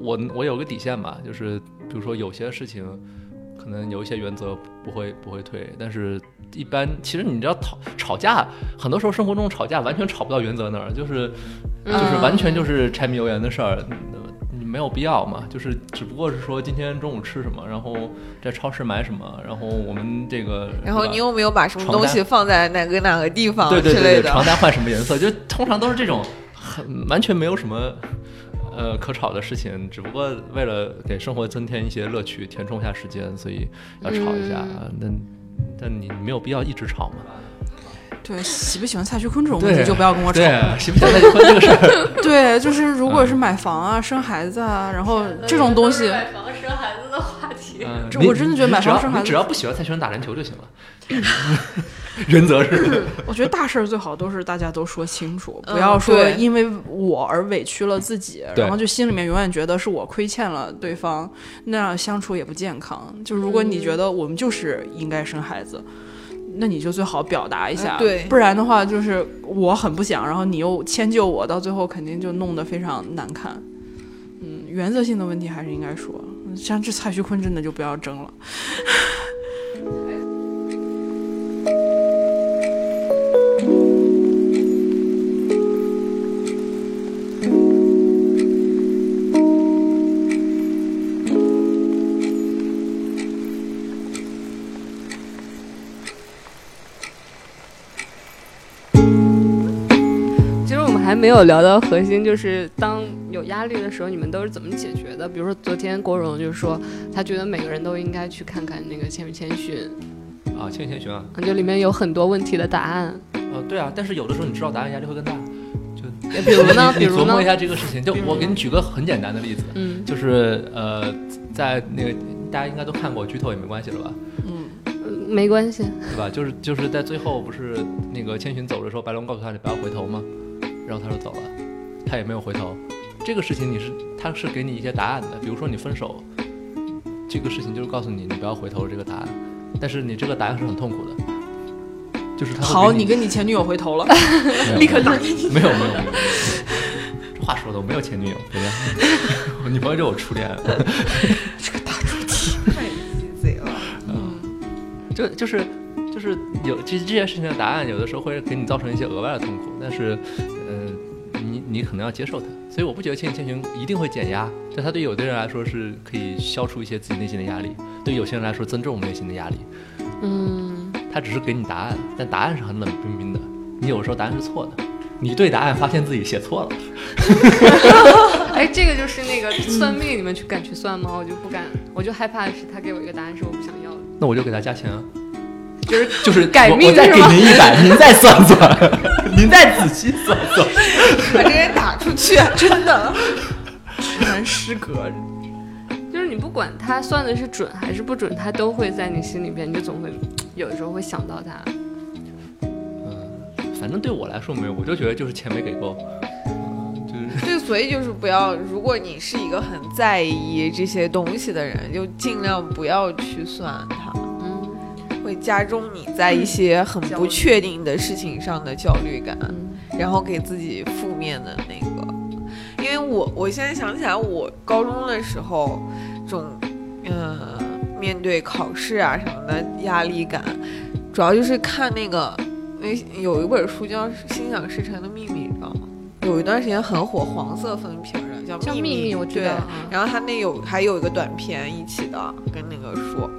S5: 我我有个底线吧，就是比如说有些事情，可能有一些原则不会不会退，但是一般其实你知道吵吵架，很多时候生活中
S3: 嗯
S5: 吵架完全吵不到原则那儿，就是就是完全就是柴米油盐的事儿。呃你没有必要嘛，就是只不过是说今天中午吃什么，然后在超市买什么，然后我们这个，
S3: 然后
S5: 是吧
S3: 你有没有把什么东西放在哪个哪个地
S4: 啊
S3: 方
S5: 对对
S3: 之
S5: 对
S3: 类
S5: 对，床
S3: 的？
S5: 单换什么颜色，就通常都是这种很完全没有什么呃可吵的事情，只不过为了给生活增添一些乐趣，填充一下时间，所以要吵一下。
S4: 嗯
S5: 但但你你没有必要一直吵嘛？
S4: 对，喜不喜欢蔡徐坤这种
S5: 对
S4: 问题就不要跟我吵。
S5: 对，啊喜不喜欢蔡徐坤这个事 儿？
S4: 对，就是如果是买房啊、生孩子啊，然后这种东西，
S2: 买房生孩子的话 题，
S5: 嗯
S4: 这
S5: 你
S4: 我真的觉得
S5: 你
S4: 买
S5: 只
S4: 房
S5: 要
S4: 生孩
S5: 你
S4: 子
S5: 只要不喜欢蔡徐坤打篮球就行了。 原则是，
S4: 我觉得大事儿最好都是大家都说清楚，
S3: 嗯
S4: 不要说
S3: 对
S4: 因为我而委屈了自己，
S5: 对
S4: 然后就心里面永远觉得是我亏欠了对方，那样相处也不健康。就如果你觉得我们就是应该生孩子。那你就最好表达一下，
S3: 嗯对
S4: 不然的话就是我很不想，然后你又迁就我，到最后肯定就弄得非常难看。嗯，原则性的问题还是应该说，像这蔡徐坤真的就不要争了。
S2: 其实我们还没有聊到核心，就是当有压力的时候，你们都是怎么解决的？比如说昨天郭荣就说，他觉得每个人都应该去看看那个《千与千寻》，
S5: 啊，千与千寻啊，
S2: 就里面有很多问题的答案。
S5: 呃，对啊，但是有的时候你知道答案压力会更大。就
S2: 比如呢，比
S5: 你
S2: 如
S5: 琢
S2: 呢
S5: 磨一，下这个事情，就
S2: 比如
S5: 我
S2: 呢
S5: 给你举个很简单的例子，
S2: 嗯，
S5: 就是呃，在那个大家应该都看过，剧透也没关系了吧，
S2: 没关系，
S5: 对吧？就是就是在最后不是那个千寻走的时候，白龙告诉他你不要回头吗？然后他说走了，他也没有回头。这个事情你是他是给你一些答案的，比如说你分手，这个事情就是告诉你你不要回头这个答案，但是你这个答案是很痛苦的，就是
S3: 嗯
S5: 他会
S4: 好，
S5: 给
S4: 你跟你前女友回 头了，
S5: 没有
S4: 立刻打给你。
S5: 没有没有没有，没有这 话说的我没有前女友，对吧？ 我女朋友就是我初恋，
S3: 贼了
S5: 就就是就是有这这件事情的答案，有的时候会给你造成一些额外的痛苦，但是呃，你你可能要接受它。所以我不觉得《千与千寻》一定会减压，但它对有的人来说是可以消除一些自己内心的压力，对有些人来说增重内心的压力。
S2: 嗯，
S5: 它只是给你答案，但答案是很冷冰冰的，你有时候答案是错的。你对答案发现自己写错了，
S2: 哎，这个就是那个算命，你们去敢去算吗？我就不敢，我就害怕是他给我一个答案是我不想要的。
S5: 那我就给他加钱啊。
S2: 就是
S5: 就是
S2: 改
S5: 我
S2: 命
S5: 我再
S2: 是
S5: 给
S2: 吗
S5: 您一百，您再算算， 您再仔细算算。
S3: 把这个人打出去，真的。
S4: 直男失格，
S2: 就是你不管他算的是准还是不准，他都会在你心里边，你就总会有的时候会想到他。
S5: 嗯，反正对我来说没有，我就觉得就是钱没给够，嗯就是
S3: 对，所以就是不要，如果你是一个很在意这些东西的人，就尽量不要去算它，
S2: 嗯
S3: 会加重你在一些很不确定的事情上的焦虑感，
S2: 嗯
S3: 然后给自己负面的那个。因为我我现在想起来，我高中的时候，这种呃面对考试啊什么的压力感，主要就是看那个那有一本书叫《心想事成的秘密》，你知道吗？有一段时间很火，黄色分皮儿的叫《
S2: 像秘密我知
S3: 对
S2: 道啊
S3: 然后他那有还有一个短片一起的，跟那个说，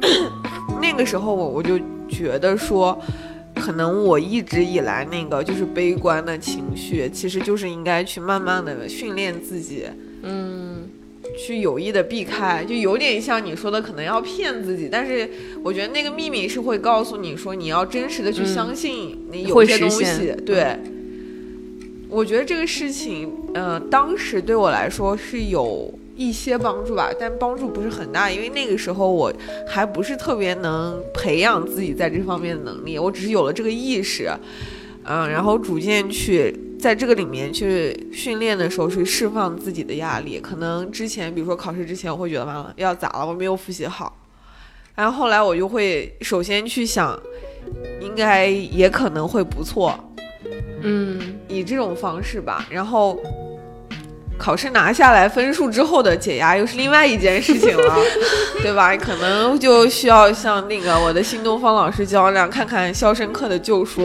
S3: 那个时候我我就觉得说，可能我一直以来那个就是悲观的情绪，其实就是应该去慢慢的训练自己，
S2: 嗯，
S3: 去有意的避开，就有点像你说的，可能要骗自己，但是我觉得那个秘密是会告诉你说，你要真实的去
S2: 嗯
S3: 相信你有
S2: 会
S3: 些
S2: 实
S3: 东西。
S2: 现嗯
S3: 对，我觉得这个事情，呃，当时对我来说是有一些帮助吧，但帮助不是很大，因为那个时候我还不是特别能培养自己在这方面的能力，我只是有了这个意识，嗯、然后逐渐去在这个里面去训练的时候，去释放自己的压力。可能之前，比如说考试之前，我会觉得完了要咋了，我没有复习好。然后后来我就会首先去想，应该也可能会不错，
S2: 嗯
S3: 以这种方式吧。然后考试拿下来分数之后的解压又是另外一件事情了，对吧？可能就需要像那个我的新东方老师教那样，看看《肖申克的救赎》，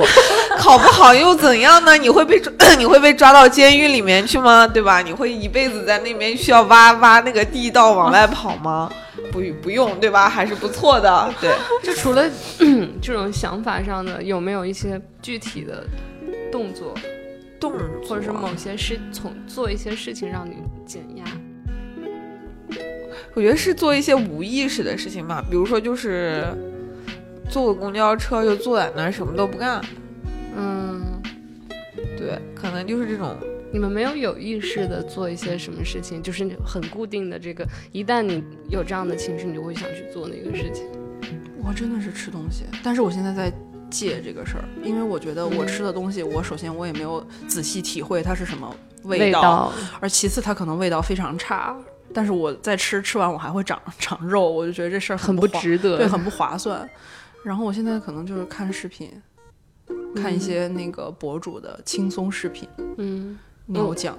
S3: 考不好又怎样呢？你会被抓 你会被抓到监狱里面去吗？对吧？你会一辈子在那边需要挖挖那个地道往外跑吗？不不用，对吧？还是不错的，对。
S2: 就除了 这种想法上的，有没有一些具体的动作，
S3: 动
S2: 或者是
S3: 作
S2: 某些事从做一些事情让你减压？
S3: 我觉得是做一些无意识的事情吧，比如说就是坐个公交车就坐在那儿什么都不干，
S2: 嗯，
S3: 对，可能就是这种。
S2: 你们没有有意识的做一些什么事情，就是你很固定的这个，一旦你有这样的情绪，你就会想去做那个事情。
S4: 我真的是吃东西，但是我现在在戒这个事儿，因为我觉得我吃的东西，我首先我也没有仔细体会它是什么味道，
S2: 道，
S4: 而其次它可能味道非常差。但是我在吃，吃完我还会长长肉，我就觉得这事儿
S2: 很
S4: 不
S2: 不
S4: 划
S2: 值得。
S4: 对，很不划算。然后我现在可能就是看视频，看一些那个博主的轻松视频，
S2: 嗯，
S4: 牛酱，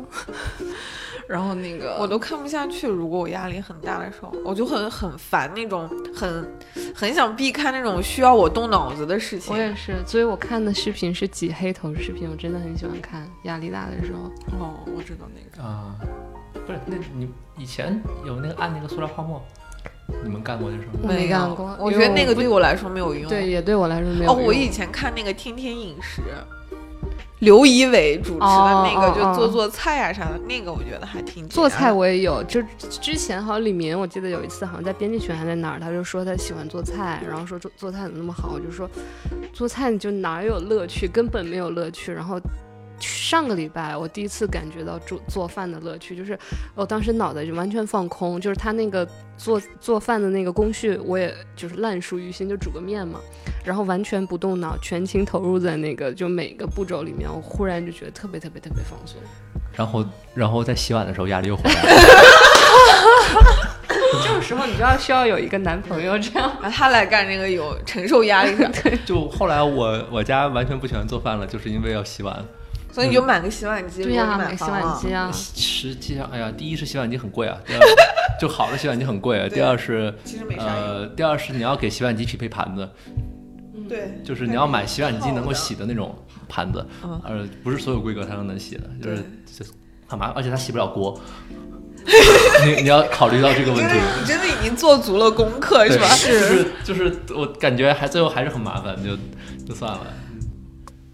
S4: 然后那个
S3: 我都看不下去。如果我压力很大的时候，我就很很烦那种，很很想避开那种需要我动脑子的事情
S2: 我。也是，所以我看的视频是挤黑头视频，我真的很喜欢看。压力大的时候，
S4: 哦，我知道那个
S5: 啊，不是，那你以前有那个按那个塑料泡沫，你们干过这事吗？
S2: 我没
S3: 有
S2: 干过
S3: 我觉
S2: 因为
S3: 得那
S2: 我
S3: 个
S2: 不
S3: 对我来说没有用。
S2: 对，也对我来说没有
S3: 哦，
S2: 用。
S3: 我以前看那个《天天饮食》，刘仪伟主持的那个，
S2: 哦哦
S3: 就做
S2: 哦
S3: 做菜啊啥的，那个我觉得还挺解
S2: 做
S3: 压
S2: 菜
S3: 的
S2: 我也有，就之前好像李明，我记得有一次好像在编辑群还在哪儿，他就说他喜欢做菜，然后说做做菜怎么那么好，我就说做菜你就哪有乐趣，根本没有乐趣。然后上个礼拜我第一次感觉到做做饭的乐趣，就是我当时脑袋就完全放空，就是他那个做做饭的那个工序，我也就是烂熟于心，就煮个面嘛，然后完全不动脑，全情投入在那个就每个步骤里面，我忽然就觉得特别特别特别放松。
S5: 然后，然后在洗碗的时候压力又回来了。
S2: 这种时候你就要需要有一个男朋友，这样
S3: 啊，他来干这个有承受压力 的，
S5: 就后来我我家完全不喜欢做饭了，就是因为要洗碗。
S3: 所以你就买个洗碗机，
S2: 对
S3: 呀、
S2: 呀、买洗碗机啊，
S5: 实际上，哎呀，第一是洗碗机很贵啊，第二就好的洗碗机很贵啊，第二是
S3: 其实没啥用。
S5: 呃，第二是你要给洗碗机匹配盘子，
S3: 对，
S5: 就是你要买洗碗机能够
S3: 好的
S5: 洗的那种盘子，
S3: 嗯
S5: 呃，不是所有规格它都能洗的，就是
S3: 对
S5: 就是很麻烦，而且它洗不了锅。 你你要考虑到这个问
S3: 真的
S5: 题。
S3: 你真的已经做足了功课
S5: 对
S3: 是吧？
S5: 就是就是，我感觉还最后还是很麻烦，就就算了。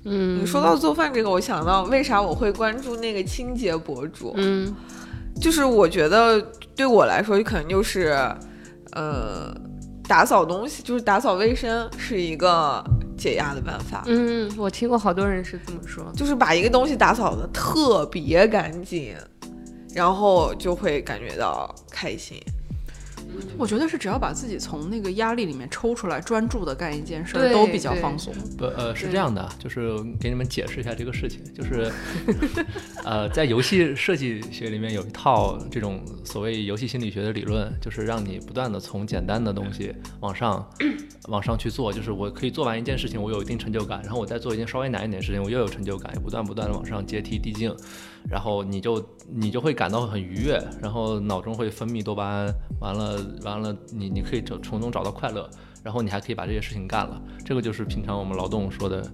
S2: 嗯
S3: 你说到做饭这个，我想到为啥我会关注那个清洁博主，
S2: 嗯
S3: 就是我觉得对我来说，可能就是，呃，打扫东西，就是打扫卫生是一个解压的办法，
S2: 嗯，我听过好多人是这么说，
S3: 就是把一个东西打扫的特别干净，然后就会感觉到开心。
S4: 我觉得是只要把自己从那个压力里面抽出来，专注的干一件事儿，
S2: 对
S4: 都比较
S2: 对
S4: 放松。
S5: 不，呃，是
S2: 对
S5: 这样的啊，就是给你们解释一下这个事情，就是，呃，在游戏设计学里面有一套这种所谓游戏心理学的理论，就是让你不断的从简单的东西往上，往上去做，就是我可以做完一件事情，我有一定成就感，然后我再做一件稍微难一点的事情，我又有成就感，不断不断的往上阶梯递进，然后你就你就会感到很愉悦，然后脑中会分泌多巴胺，完了完了，你你可以从从中找到快乐，然后你还可以把这些事情干了，这个就是平常我们劳动说的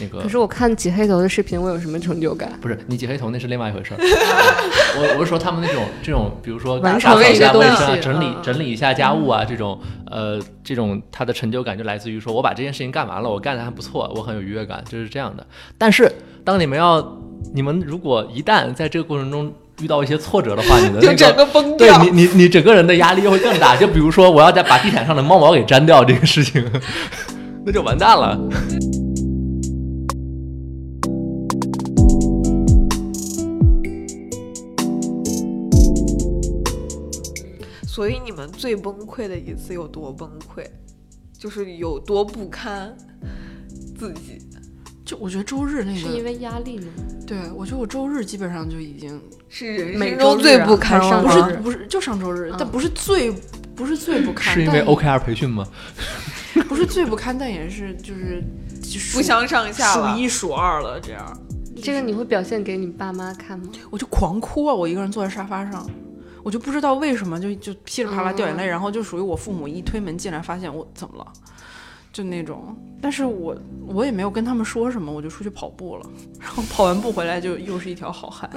S5: 那个
S2: 可。是我看挤黑头的视频，我有什么成就感？
S5: 不是你挤黑头那是另外一回事儿，我我是说他们那种这种，比如说打
S2: 完
S5: 打扫
S2: 成
S5: 一下
S2: 这
S5: 卫
S2: 东
S5: 生啊，
S2: 西
S5: 整理
S2: 嗯嗯
S5: 整理一下家务啊，这种呃这种他的成就感就来自于说我把这件事情干完了，我干得还不错，我很有愉悦感，就是这样的。但是当你们要你们如果一旦在这个过程中遇到一些挫折的话，你的
S3: 就
S5: 那
S3: 整
S5: 个
S3: 个崩
S5: 对
S3: 掉。
S2: 啊
S5: 你，你你整个人的压力又会更大。就比如说，我要再把地毯上的猫毛给粘掉这个事情， 那就完蛋了。
S3: 所以你们最崩溃的一次有多崩溃，就是有多不堪自己。
S4: 就我觉得周日那
S2: 是因
S4: 个，
S2: 为压力吗？
S4: 对我觉得我周日基本上就已经
S3: 是人
S2: 每
S3: 生
S2: 周
S3: 中
S2: 日
S3: 最
S2: 啊
S3: 不堪
S2: 晚
S3: 了
S2: 上
S4: 不
S3: 吗
S4: 是
S2: 周日
S4: 不是就上周日，
S2: 嗯
S4: 但不是最不是最不堪，
S5: 是因为
S4: 但
S5: OKR 培训吗？
S4: 不是最不堪，但也是就是就数
S3: 不相上下
S4: 数
S3: 了。
S4: 一数二了这样。
S2: 这个你会表现给你爸妈看吗？
S4: 我就狂哭啊！我一个人坐在沙发上，我就不知道为什么就就噼里啪啦掉眼泪，然后就属于我父母一推门进来，发现我怎么了，就那种。但是我我也没有跟他们说什么，我就出去跑步了，然后跑完步回来就又是一条好汉。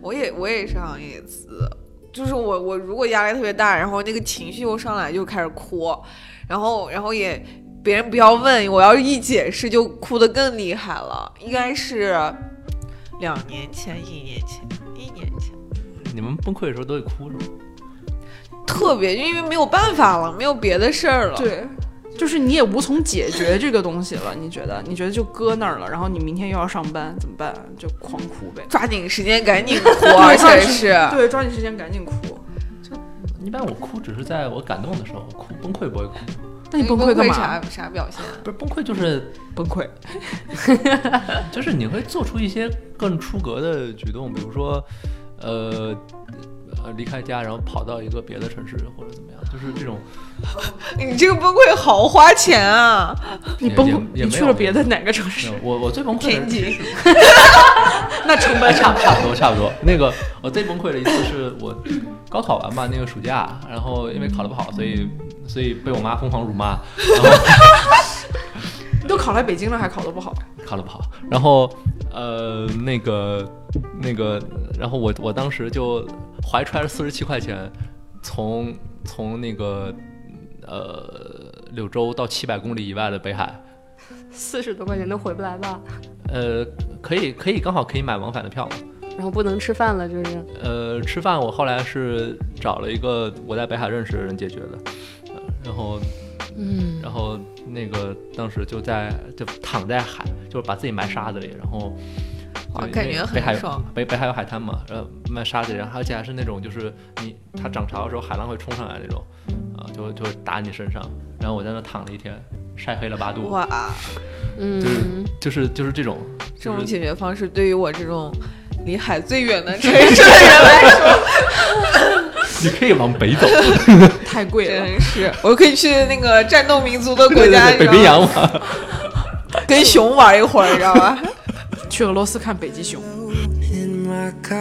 S3: 我也我也是好像一次，就是我我如果压力特别大，然后那个情绪又上来就开始哭，然后然后也别人不要问，我要是一解释就哭得更厉害了。应该是两年前、一年前、一年前，
S5: 你们崩溃的时候都会哭是吗？
S3: 特别就因为没有办法了，没有别的事儿了。
S4: 对，就是你也无从解决这个东西了，你觉得？你觉得就搁那儿了，然后你明天又要上班，怎么办？就狂哭呗。
S3: 抓紧时间赶紧 哭，而且是
S4: 对，抓紧时间赶紧哭。
S5: 一般我哭只是在我感动的时候哭，崩溃不会哭。
S4: 那你
S3: 崩
S4: 崩溃干嘛？
S3: 啥啥表现？
S5: 不是 崩溃就是
S4: 崩溃。
S5: 就是你会做出一些更出格的举动，比如说，呃，呃离开家然后跑到一个别的城市或者怎么样，就是这种
S3: 你这个崩溃好花钱啊！
S4: 你
S5: 也
S4: 崩
S5: 也
S4: 溃，
S5: 也没
S4: 你去
S5: 有
S4: 了别的哪个城市？
S5: 没有我我最崩溃的
S3: 天津
S5: 是， 那成本差差不多差不多。那个我最崩溃的一次是我高考完嘛，那个暑假，然后因为考得不好，所以所以被我妈疯狂辱骂，然后
S4: 都考来北京了，还考得不好？
S5: 考得不好，然后呃那个那个，然后我我当时就怀揣着四十七块钱，从从那个呃柳州到七百公里以外的北海。
S2: 四十多块钱都回不来吧？
S5: 呃，可以，可以，刚好可以买往返的票嘛。
S2: 然后不能吃饭了，就是
S5: 呃，吃饭我后来是找了一个我在北海认识的人解决的，呃然后，嗯，然后那个当时就在就躺在海，就是把自己埋沙子里，然后
S3: 哇
S5: 对
S3: 感
S5: 那
S3: 觉
S5: 个
S3: 很
S5: 北海
S3: 爽
S5: 北北海有海滩嘛，呃，埋沙子里，然后而且还是那种就是你它涨潮的时候海浪会冲上来那种，啊、就会就会打你身上，然后我在那躺了一天，晒黑了八度，
S3: 哇，
S2: 嗯，
S5: 就是就是这种，
S3: 这
S5: 就是
S3: 种解决方式对于我这种离海最远的城市 的人来说，
S5: 你可以往北走，
S4: 太贵了。
S3: 真是，我可以去那个战斗民族的国
S5: 对对
S3: 家，
S5: 对，北冰洋嘛。
S3: 跟熊玩一会儿，你知道吧？
S4: 去俄罗斯看北极熊。
S6: in my car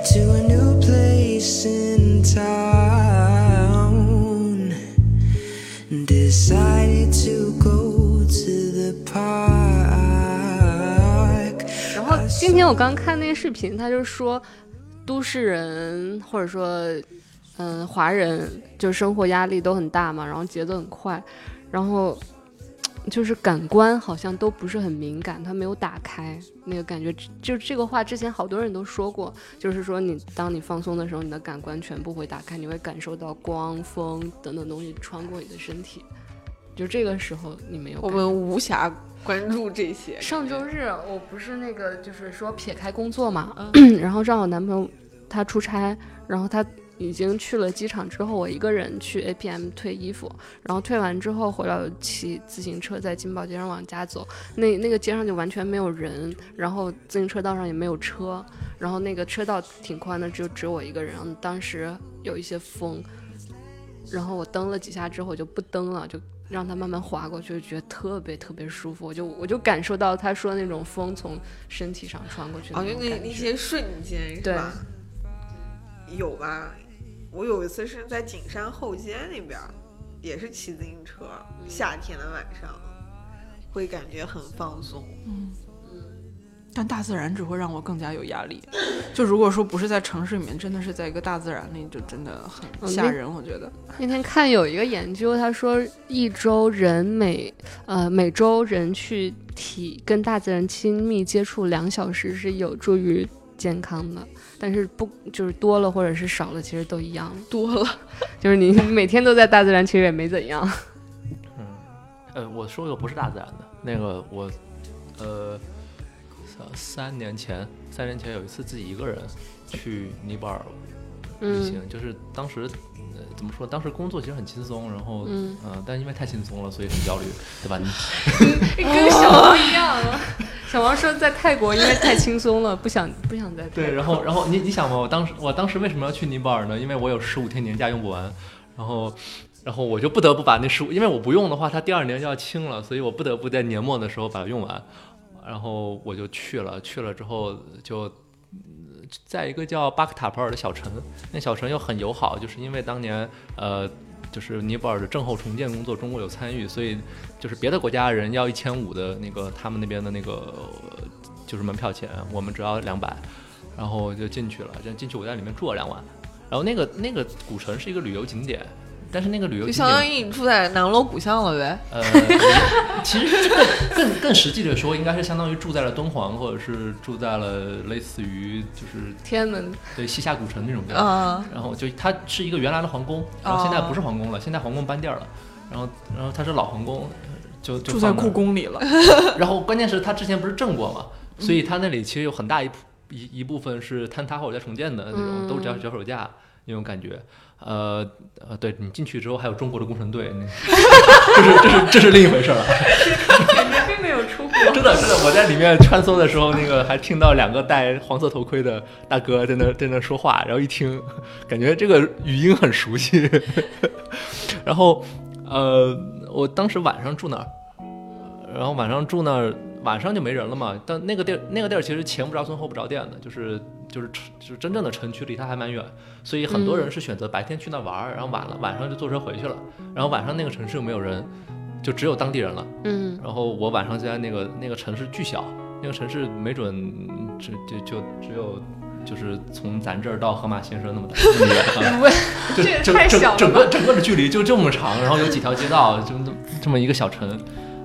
S6: to a new place in town. Decided to go to the park.
S2: 然后今天我刚看那个视频，他就说，都市人或者说，嗯、华人就生活压力都很大嘛，然后节奏很快，然后就是感官好像都不是很敏感，他没有打开那个感觉。就这个话之前好多人都说过，就是说你当你放松的时候，你的感官全部会打开，你会感受到光、风等等东西穿过你的身体。就这个时候你没有
S3: 我
S2: 感
S3: 们无暇关注这些。
S2: 上周日我不是那个，就是说撇开工作嘛， 然后让我男朋友他出差，然后他已经去了机场之后，我一个人去 APM 退衣服，然后退完之后回来我骑自行车在金宝街上往家走，那那个街上就完全没有人，然后自行车道上也没有车，然后那个车道挺宽的，只有只有我一个人，当时有一些风，然后我蹬了几下之后我就不蹬了，就让它慢慢滑过去，就觉得特别特别舒服。我就我就感受到他说那种风从身体上穿过去的
S3: 哦，
S2: 那
S3: 就
S2: 种
S3: 那
S2: 感
S3: 那
S2: 觉
S3: 些瞬间是吧？有吧？我有一次是在景山后街那边儿，也是骑自行车，夏天的晚上，会感觉很放松。
S4: 但大自然只会让我更加有压力。就如果说不是在城市里面，真的是在一个大自然里，就真的很
S2: 嗯
S4: 吓
S2: 那
S4: 人。我觉得
S2: 那天看有一个研究，他说一周人每呃每周人去体跟大自然亲密接触两小时是有助于健康的，但是不就是多了或者是少了，其实都一样，
S3: 多了，
S2: 就是你每天都在大自然，其实也没怎 样。
S5: 呃，我说的不是大自然的，那个我，呃，三三年前，三年前有一次自己一个人去尼泊尔旅行，
S2: 嗯
S5: 就是当时。呃，怎么说？当时工作其实很轻松，然后，
S2: 嗯
S5: 呃但因为太轻松了，所以很焦虑，对 吧？你
S2: 哎跟小王一样。啊 小王说，在泰国因为太轻松了，不想不想再
S5: 对，然后，然后你你想嘛，我当时我当时为什么要去尼泊尔呢？因为我有十五天年假用不完，然后，然后我就不得不把那十五，因为我不用的话，它第二年就要清了，所以我不得不在年末的时候把它用完。然后我就去了，去了之后就嗯在一个叫巴克塔普尔的小城，那小城又很友好，就是因为当年呃。就是尼泊尔的震后重建工作，中国有参与，所以就是别的国家人要一千五的那个他们那边的那个呃就是门票钱，我们只要两百，然后就进去了。这进去我在里面住了两晚，然后那个那个古城是一个旅游景点，但是那个旅
S3: 就
S5: 游景
S3: 相当
S5: 点
S3: 于你住在南锣鼓巷了呗。
S5: 呃，其实更更更实际的说，应该是相当于住在了敦煌，或者是住在了类似于就是
S2: 天安门
S5: 对西夏古城那种地方。
S3: 啊，
S5: 然后就它是一个原来的皇
S4: 哦
S5: 宫，然后现在不是皇宫了，现在皇宫搬地儿了，然后然后它是老皇宫，就就
S4: 住在
S5: 放那儿
S4: 故宫里了。
S5: 然后关键是他之前不是震过嘛，
S4: 嗯
S5: 所以他那里其实有很大一部一一部分是坍塌后再重建的那种，
S4: 嗯
S5: 都是脚脚手架那种感觉。呃呃，对你进去之后还有中国的工程队， 那这是这是这是另一回事儿了。感觉并没有出国。真的真的，我在里面穿梭的时候，那个还听到两个戴黄色头盔的大哥在那在那说话，然后一听，感觉这个语音很熟悉。 然后呃，我当时晚上住哪儿？然后晚上住那儿，晚上就没人了嘛。但那个地儿，那个地儿其实前不着村后不着店的，就是就是城就是真正的城区离它还蛮远，所以很多人是选择白天去那玩儿，然后晚了晚上就坐车回去了。然后晚上那个城市又没有人，就只有当地人了。
S2: 嗯，
S5: 然后我晚上就在那个那个城市巨小，那个城市没准只就就只有。就是从咱这儿到河马先生那 么大那么远啊，就
S4: 这也
S5: 整
S4: 太小
S5: 整
S4: 了
S5: 整个整个的距离就这么长，然后有几条街道，就这么这么一个小城，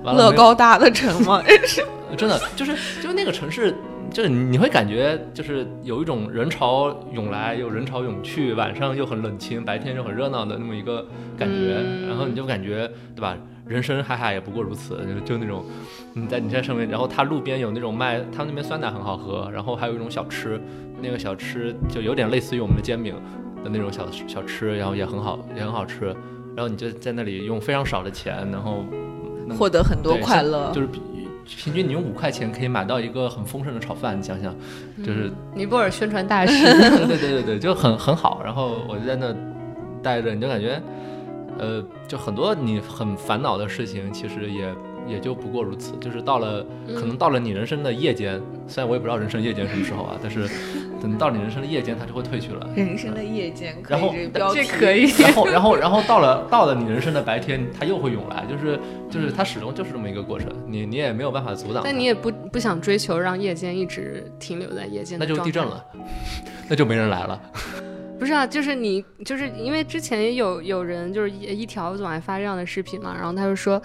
S5: 完了
S3: 乐
S5: 没有
S3: 高大的城 嘛，真是
S5: 真的就是就是那个城市，就是你会感觉就是有一种人潮涌来又人潮涌去，晚上又很冷清，白天又很热闹的那么一个感觉，
S2: 嗯
S5: 然后你就感觉对吧？人生海海也不过如此，就就那种你在你在上面，然后它路边有那种卖，他们那边酸奶很好喝，然后还有一种小吃，那个小吃就有点类似于我们的煎饼的那种小小吃，然后也很好也很好吃，然后你就在那里用非常少的钱，然后能
S3: 获得很多
S5: 对
S3: 快乐
S5: 就。是比平均你用五块钱可以买到一个很丰盛的炒饭，你想想，嗯就是、
S2: 嗯尼泊尔宣传大使，
S5: 对对对对对，就很很好。然后我就在那待着，你就感觉，呃，就很多你很烦恼的事情，其实也也就不过如此。就是到了可能到了你人生的夜间，虽然我也不知道人生夜间什么时候啊，但是等到你人生的夜间，它就会褪去了。
S3: 人生的夜间，可
S5: 然后
S3: 以这个标题
S2: 这可以。
S5: 然后，然后，然后到了到了你人生的白天，它又会涌来，就是就是它始终就是这么一个过程，你你也没有办法阻挡它。
S2: 但你也不不想追求让夜间一直停留在夜间
S5: 那
S2: 的
S5: 就
S2: 状态，
S5: 地震了， 那就没人来了。
S2: 不是啊，就是你，就是因为之前也有有人就是一一条总爱发这样的视频嘛，然后他就说，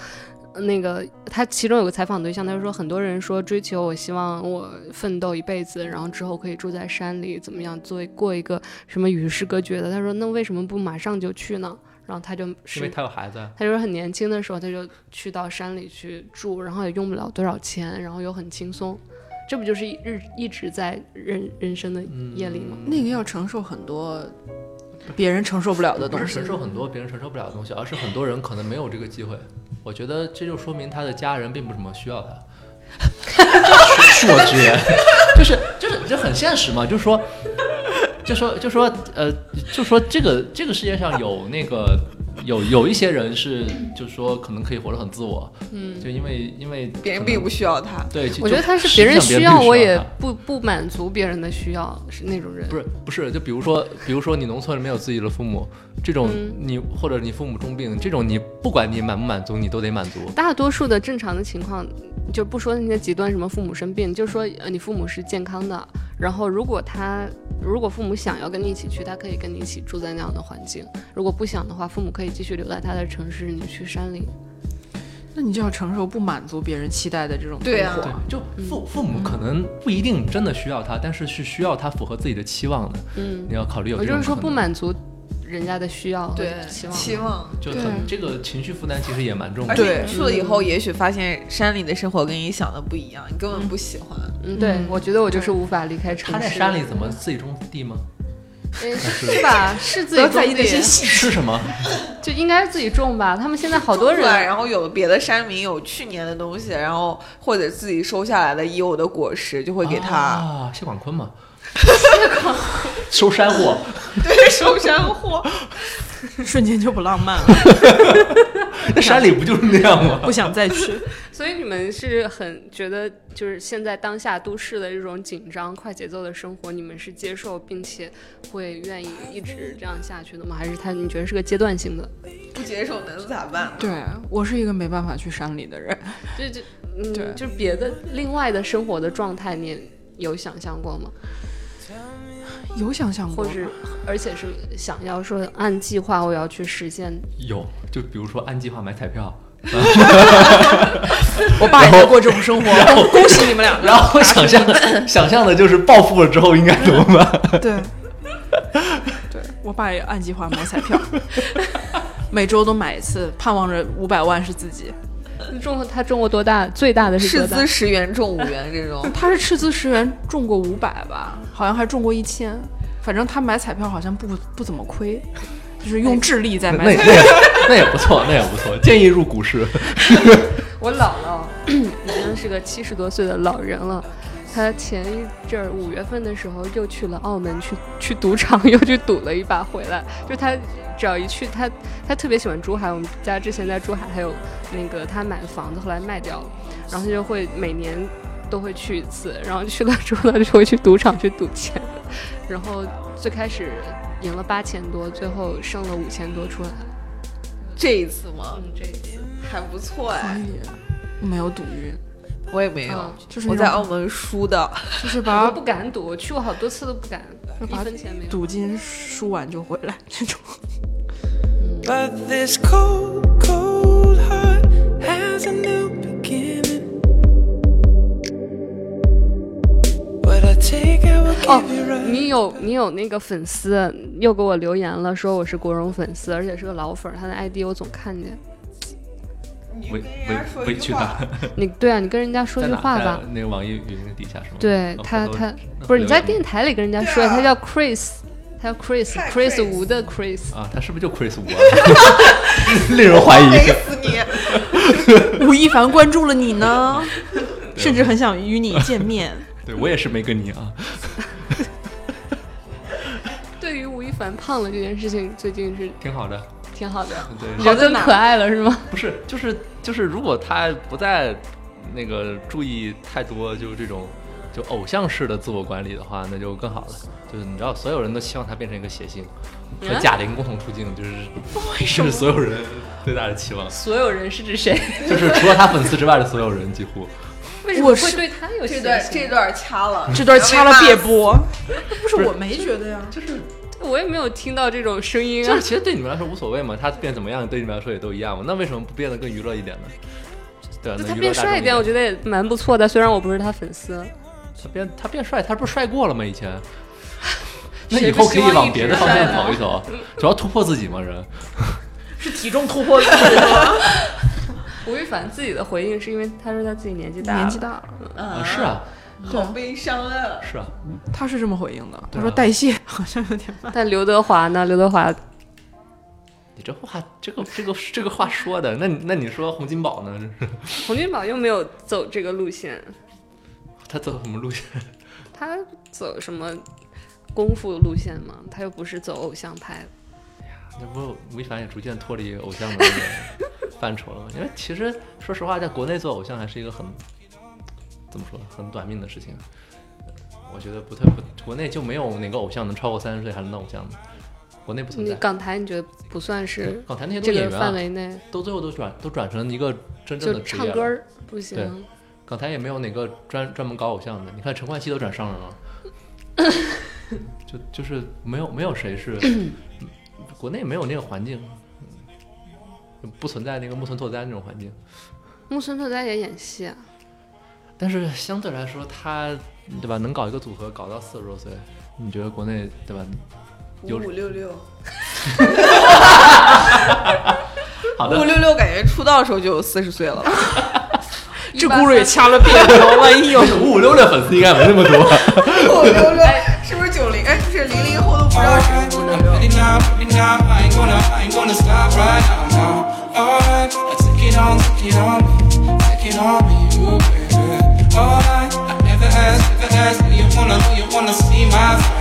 S2: 呃那个他其中有个采访对象，他就说很多人说追求我希望我奋斗一辈子，然后之后可以住在山里，怎么样做过一个什么与世隔绝的，他说那为什么不马上就去呢？然后他就
S5: 因为
S2: 是。
S5: 他有孩子，啊
S2: 他就是很年轻的时候，他就去到山里去住，然后也用不了多少钱，然后又很轻松，这不就是一日一直在人人生的夜里吗？
S4: 那个要承受很多别人承受不了的
S5: 不
S4: 东
S5: 是
S4: 西
S5: 承。受很多别人承受不了的东西，而是很多人可能没有这个机会。我觉得这就说明他的家人并不怎么需要他。恕恕我直言， 就是就是就很现实嘛，就是说，就说就说呃，就说这个这个世界上有那个有有一些人是，就是说可能可以活得很自我，嗯，就因为因为
S3: 别人
S5: 可能
S3: 并不需要他。
S5: 对，就
S2: 我觉得
S5: 就
S2: 他是
S5: 实
S2: 别
S5: 际
S2: 人
S5: 上别
S2: 需
S5: 人并不
S2: 我也
S5: 他
S2: 不不满足别人的需要，是那种人。
S5: 不是不是，就比如说，比如说你农村里没有自己的父母，这种
S2: 嗯
S5: 你、或者你父母重病，这种你不管你满不满足，你都得满足。
S2: 大多数的正常的情况，就不说那些极端什么父母生病，就说呃你父母是健康的，然后如果他如果父母想要跟你一起去，他可以跟你一起住在那样的环境；如果不想的话，父母可以继续留在他的城市，你去山里。
S4: 那你就要承受不满足别人期待的这种痛苦。
S3: 对啊
S5: 对，就
S2: 嗯
S5: 父父母可能不一定真的需要他，但是是需要他符合自己的期望的。
S2: 嗯，
S5: 你要考虑有
S2: 我
S5: 这
S2: 就
S5: 种
S2: 是说
S5: 可
S2: 不
S5: 能，
S2: 满足人家的需要和
S3: 对，
S2: 期望。
S3: 期望。嗯
S5: 就
S4: 对
S5: 很这个情绪负担其实也蛮重
S3: 而
S5: 的。
S3: 且
S4: 对
S3: 你去了以后，也许发现山里的生活跟你想的不一样，你根本不喜欢。
S2: 嗯，对，
S4: 嗯
S2: 我觉得我就是无法离开城市。
S5: 他在山里怎么自己种地吗？
S2: 哎？ 是吧？是自己
S3: 不要在意
S2: 种地
S3: 那些细
S5: 吃什么？
S2: 就应该自己种吧。他们现在好多
S3: 出
S2: 人
S3: 来然后有别的山民有去年的东西，然后或者自己收下来的已有的果实，就会给他、
S5: 啊，谢广坤 嘛。收山货，
S3: 对收山货。
S4: 瞬间就不浪漫 了，
S5: 那山里不就是那样吗？
S4: 不想再去。
S2: 所以你们是很觉得，就是现在当下都市的这种紧张、快节奏的生活，你们是接受并且会愿意一直这样下去的吗？还是它你觉得是个阶段性的？
S3: 不接受能咋办？
S4: 对我是一个没办法去山里的人，
S2: 就就
S4: 对
S2: 嗯，就别的另外的生活的状态，你有想象过吗？
S4: 有想象过
S2: 或
S4: 吗，
S2: 是而且是想要说按计划我要去实现，
S5: 有，就比如说按计划买彩票，
S4: 我爸也在过这种生活， 恭恭喜你们俩。
S5: 然后想象想象的就是暴富了之后应该怎么 办？
S4: 对，对我爸也按计划买彩票， 每周都买一次，盼望着五百万是自己。，
S2: 中国他中国多大最大的是
S3: 斥
S2: 多大
S3: 资？十元中五元这种
S4: 他是斥资十元中过五百吧，好像还中过一千，反正他买彩票好像不不怎么亏，就是用智力在
S5: 那
S4: 买
S5: 那
S4: 彩票。
S5: 也那也不错，那也不错，建议入股市。
S2: 我姥姥 已经是个七十多岁的老人了，她前一阵儿五月份的时候又去了澳门去去赌场，又去赌了一把回来。就她只要一去，她她特别喜欢珠海，我们家之前在珠海还有那个她买的房子，后来卖掉了，然后她就会每年都会去一次，然后去了之后她就会去赌场去赌钱，然后最开始赢了八千多，最后剩了五千多出来。
S3: 这一次吗？
S2: 嗯，这一点
S3: 还不错哎，
S4: 我没有赌运，
S3: 我也没有，
S2: 嗯
S4: 就是
S3: 我
S4: 那
S3: 在
S4: 种
S3: 澳门输的，
S4: 哦就是
S2: 我
S5: 啊
S4: 把
S2: 不敢赌，我去过好多次都不敢，一
S4: 把
S2: 分钱没有。
S4: 赌金输完就回来这种。
S6: But this cold, cold heart has a new beginning. What I take, I will
S5: 哦
S6: give
S2: Oh,
S6: you right.
S2: 你有你有那个粉丝又给我留言了，说我是国荣粉丝，而且是个老粉儿，他的 ID 我总看 见。
S5: 委委委屈他，
S2: 你对啊，你跟人家说
S5: 在
S2: 句
S5: 哪？
S2: 话
S5: 在
S2: 吧。
S5: 那个网易云底下是吗？
S2: 对
S5: 哦
S2: 他
S5: 回头
S2: 他
S5: 那
S2: 不是你在
S5: 留言
S2: 电台里跟人家说，
S3: 对啊
S2: 他叫 Chris，他叫 Chris
S3: 太
S2: Chris
S3: Chris
S2: 吴的 Chris，
S5: 啊，他是不是就 Chris 五啊？ 令人怀疑
S3: 累。死你！
S4: 吴亦凡关注了你呢，甚至很想与你见面。
S5: 对我也是没跟你啊，
S2: 对于吴亦凡胖了这件事情，最近是
S5: 挺好的。
S2: 挺好的，
S5: 对，
S2: 人更可爱了是吗？
S5: 不是，就是就是，如果他不再那个注意太多，就这种就偶像式的自我管理的话，那就更好了。就是你知道，所有人都希望他变成一个谐星，和
S2: 嗯
S5: 贾玲共同出镜，就是这是所有人最大的期望，
S2: 所有人是指谁？
S5: 就是除了他粉丝之外的所有人，几 乎
S2: 为什么会
S4: 我是
S2: 对他
S3: 这
S2: 有信
S3: 段
S2: 心
S3: 这段掐了，
S4: 这段掐了
S3: 不要被
S4: 别
S3: 骂死。
S4: 播，不是
S5: 不是
S4: 我没觉得呀，
S5: 就是
S2: 我也没有听到这种声音
S5: 就
S2: 啊
S5: 是，。其实对你们来说无所谓嘛，他变怎么样对你们来说也都一样嘛，那为什么不变得更娱乐一点呢？对啊，
S2: 就
S5: 能
S2: 他
S5: 娱乐
S2: 变
S5: 大
S2: 帅
S5: 众
S2: 一点，我觉得也蛮不错的。虽然我不是他粉丝，
S5: 他变他变帅，他不是帅过了吗？以前，那
S2: 谁
S5: 以
S2: 不
S5: 后可以
S2: 希望
S5: 往
S2: 一
S5: 别
S2: 直
S5: 的方
S2: 帅
S5: 向
S2: 呢
S5: 走一 走，主要突破自己嘛。人
S4: 是体重突破自己了，
S2: 吴亦凡自己的回应是因为他说他自己年纪大了，
S4: 年纪大了，
S2: 嗯
S5: 啊，是啊，
S3: 好悲伤啊！
S5: 是啊，
S4: 他是这么回应的，
S5: 对
S4: 他
S5: 啊
S4: 说代谢好像有点慢，
S2: 但刘德华呢？刘德华
S5: 你这话，这个这个这个话说的，那你那你说洪金宝呢？这是
S2: 洪金宝又没有走这个路线，
S5: 他走什么路线？
S2: 他走什么功夫路线嘛？他又不是走偶像派的。
S5: 那不吴亦凡也逐渐脱离偶像的那 个范畴了吗？因为其实说实话，在国内做偶像还是一个很怎么说很短命的事情。我觉得不太不，国内就没有哪个偶像能超过三十岁还能当偶像的，国内不存
S2: 你
S5: 在。
S2: 港台你觉得不算是
S5: 港台那些都
S2: 这
S5: 是
S2: 个
S5: 演员
S2: 范
S5: 啊，
S2: 围内？
S5: 都最后都转都转成一个真正
S2: 就
S5: 的职业
S2: 唱
S5: 了
S2: 歌儿不
S5: 对
S2: 行，
S5: 港台也没有哪个专专门搞偶像的，你看陈冠希都转商人了，啊 就就是没有没有谁是，嗯国内没有那个环境，嗯不存在那个木村拓哉那种环境。
S2: 木村拓哉也演戏啊。
S5: 但是相对来说，他对吧，能搞一个组合搞到四十多岁，你觉得国内对吧？
S3: 五
S5: 有
S3: 五六六，
S5: 好
S3: 五五
S5: 的，
S3: 六六感觉出道的时候就有四十岁了。
S4: 这轱辘也掐了别播，万一有
S5: 五五六六粉丝应该没那么 多。
S3: 五五六六是不是九零？哎，不是零零后都不知道什么五五六六。
S6: Anytime, anytime, I ain't gonna, I ain't gonna stop right now, now. Alright, I take it on, take it on me, take it on me, you baby. Alright, I never asked, never asked, do you wanna, do you wanna see my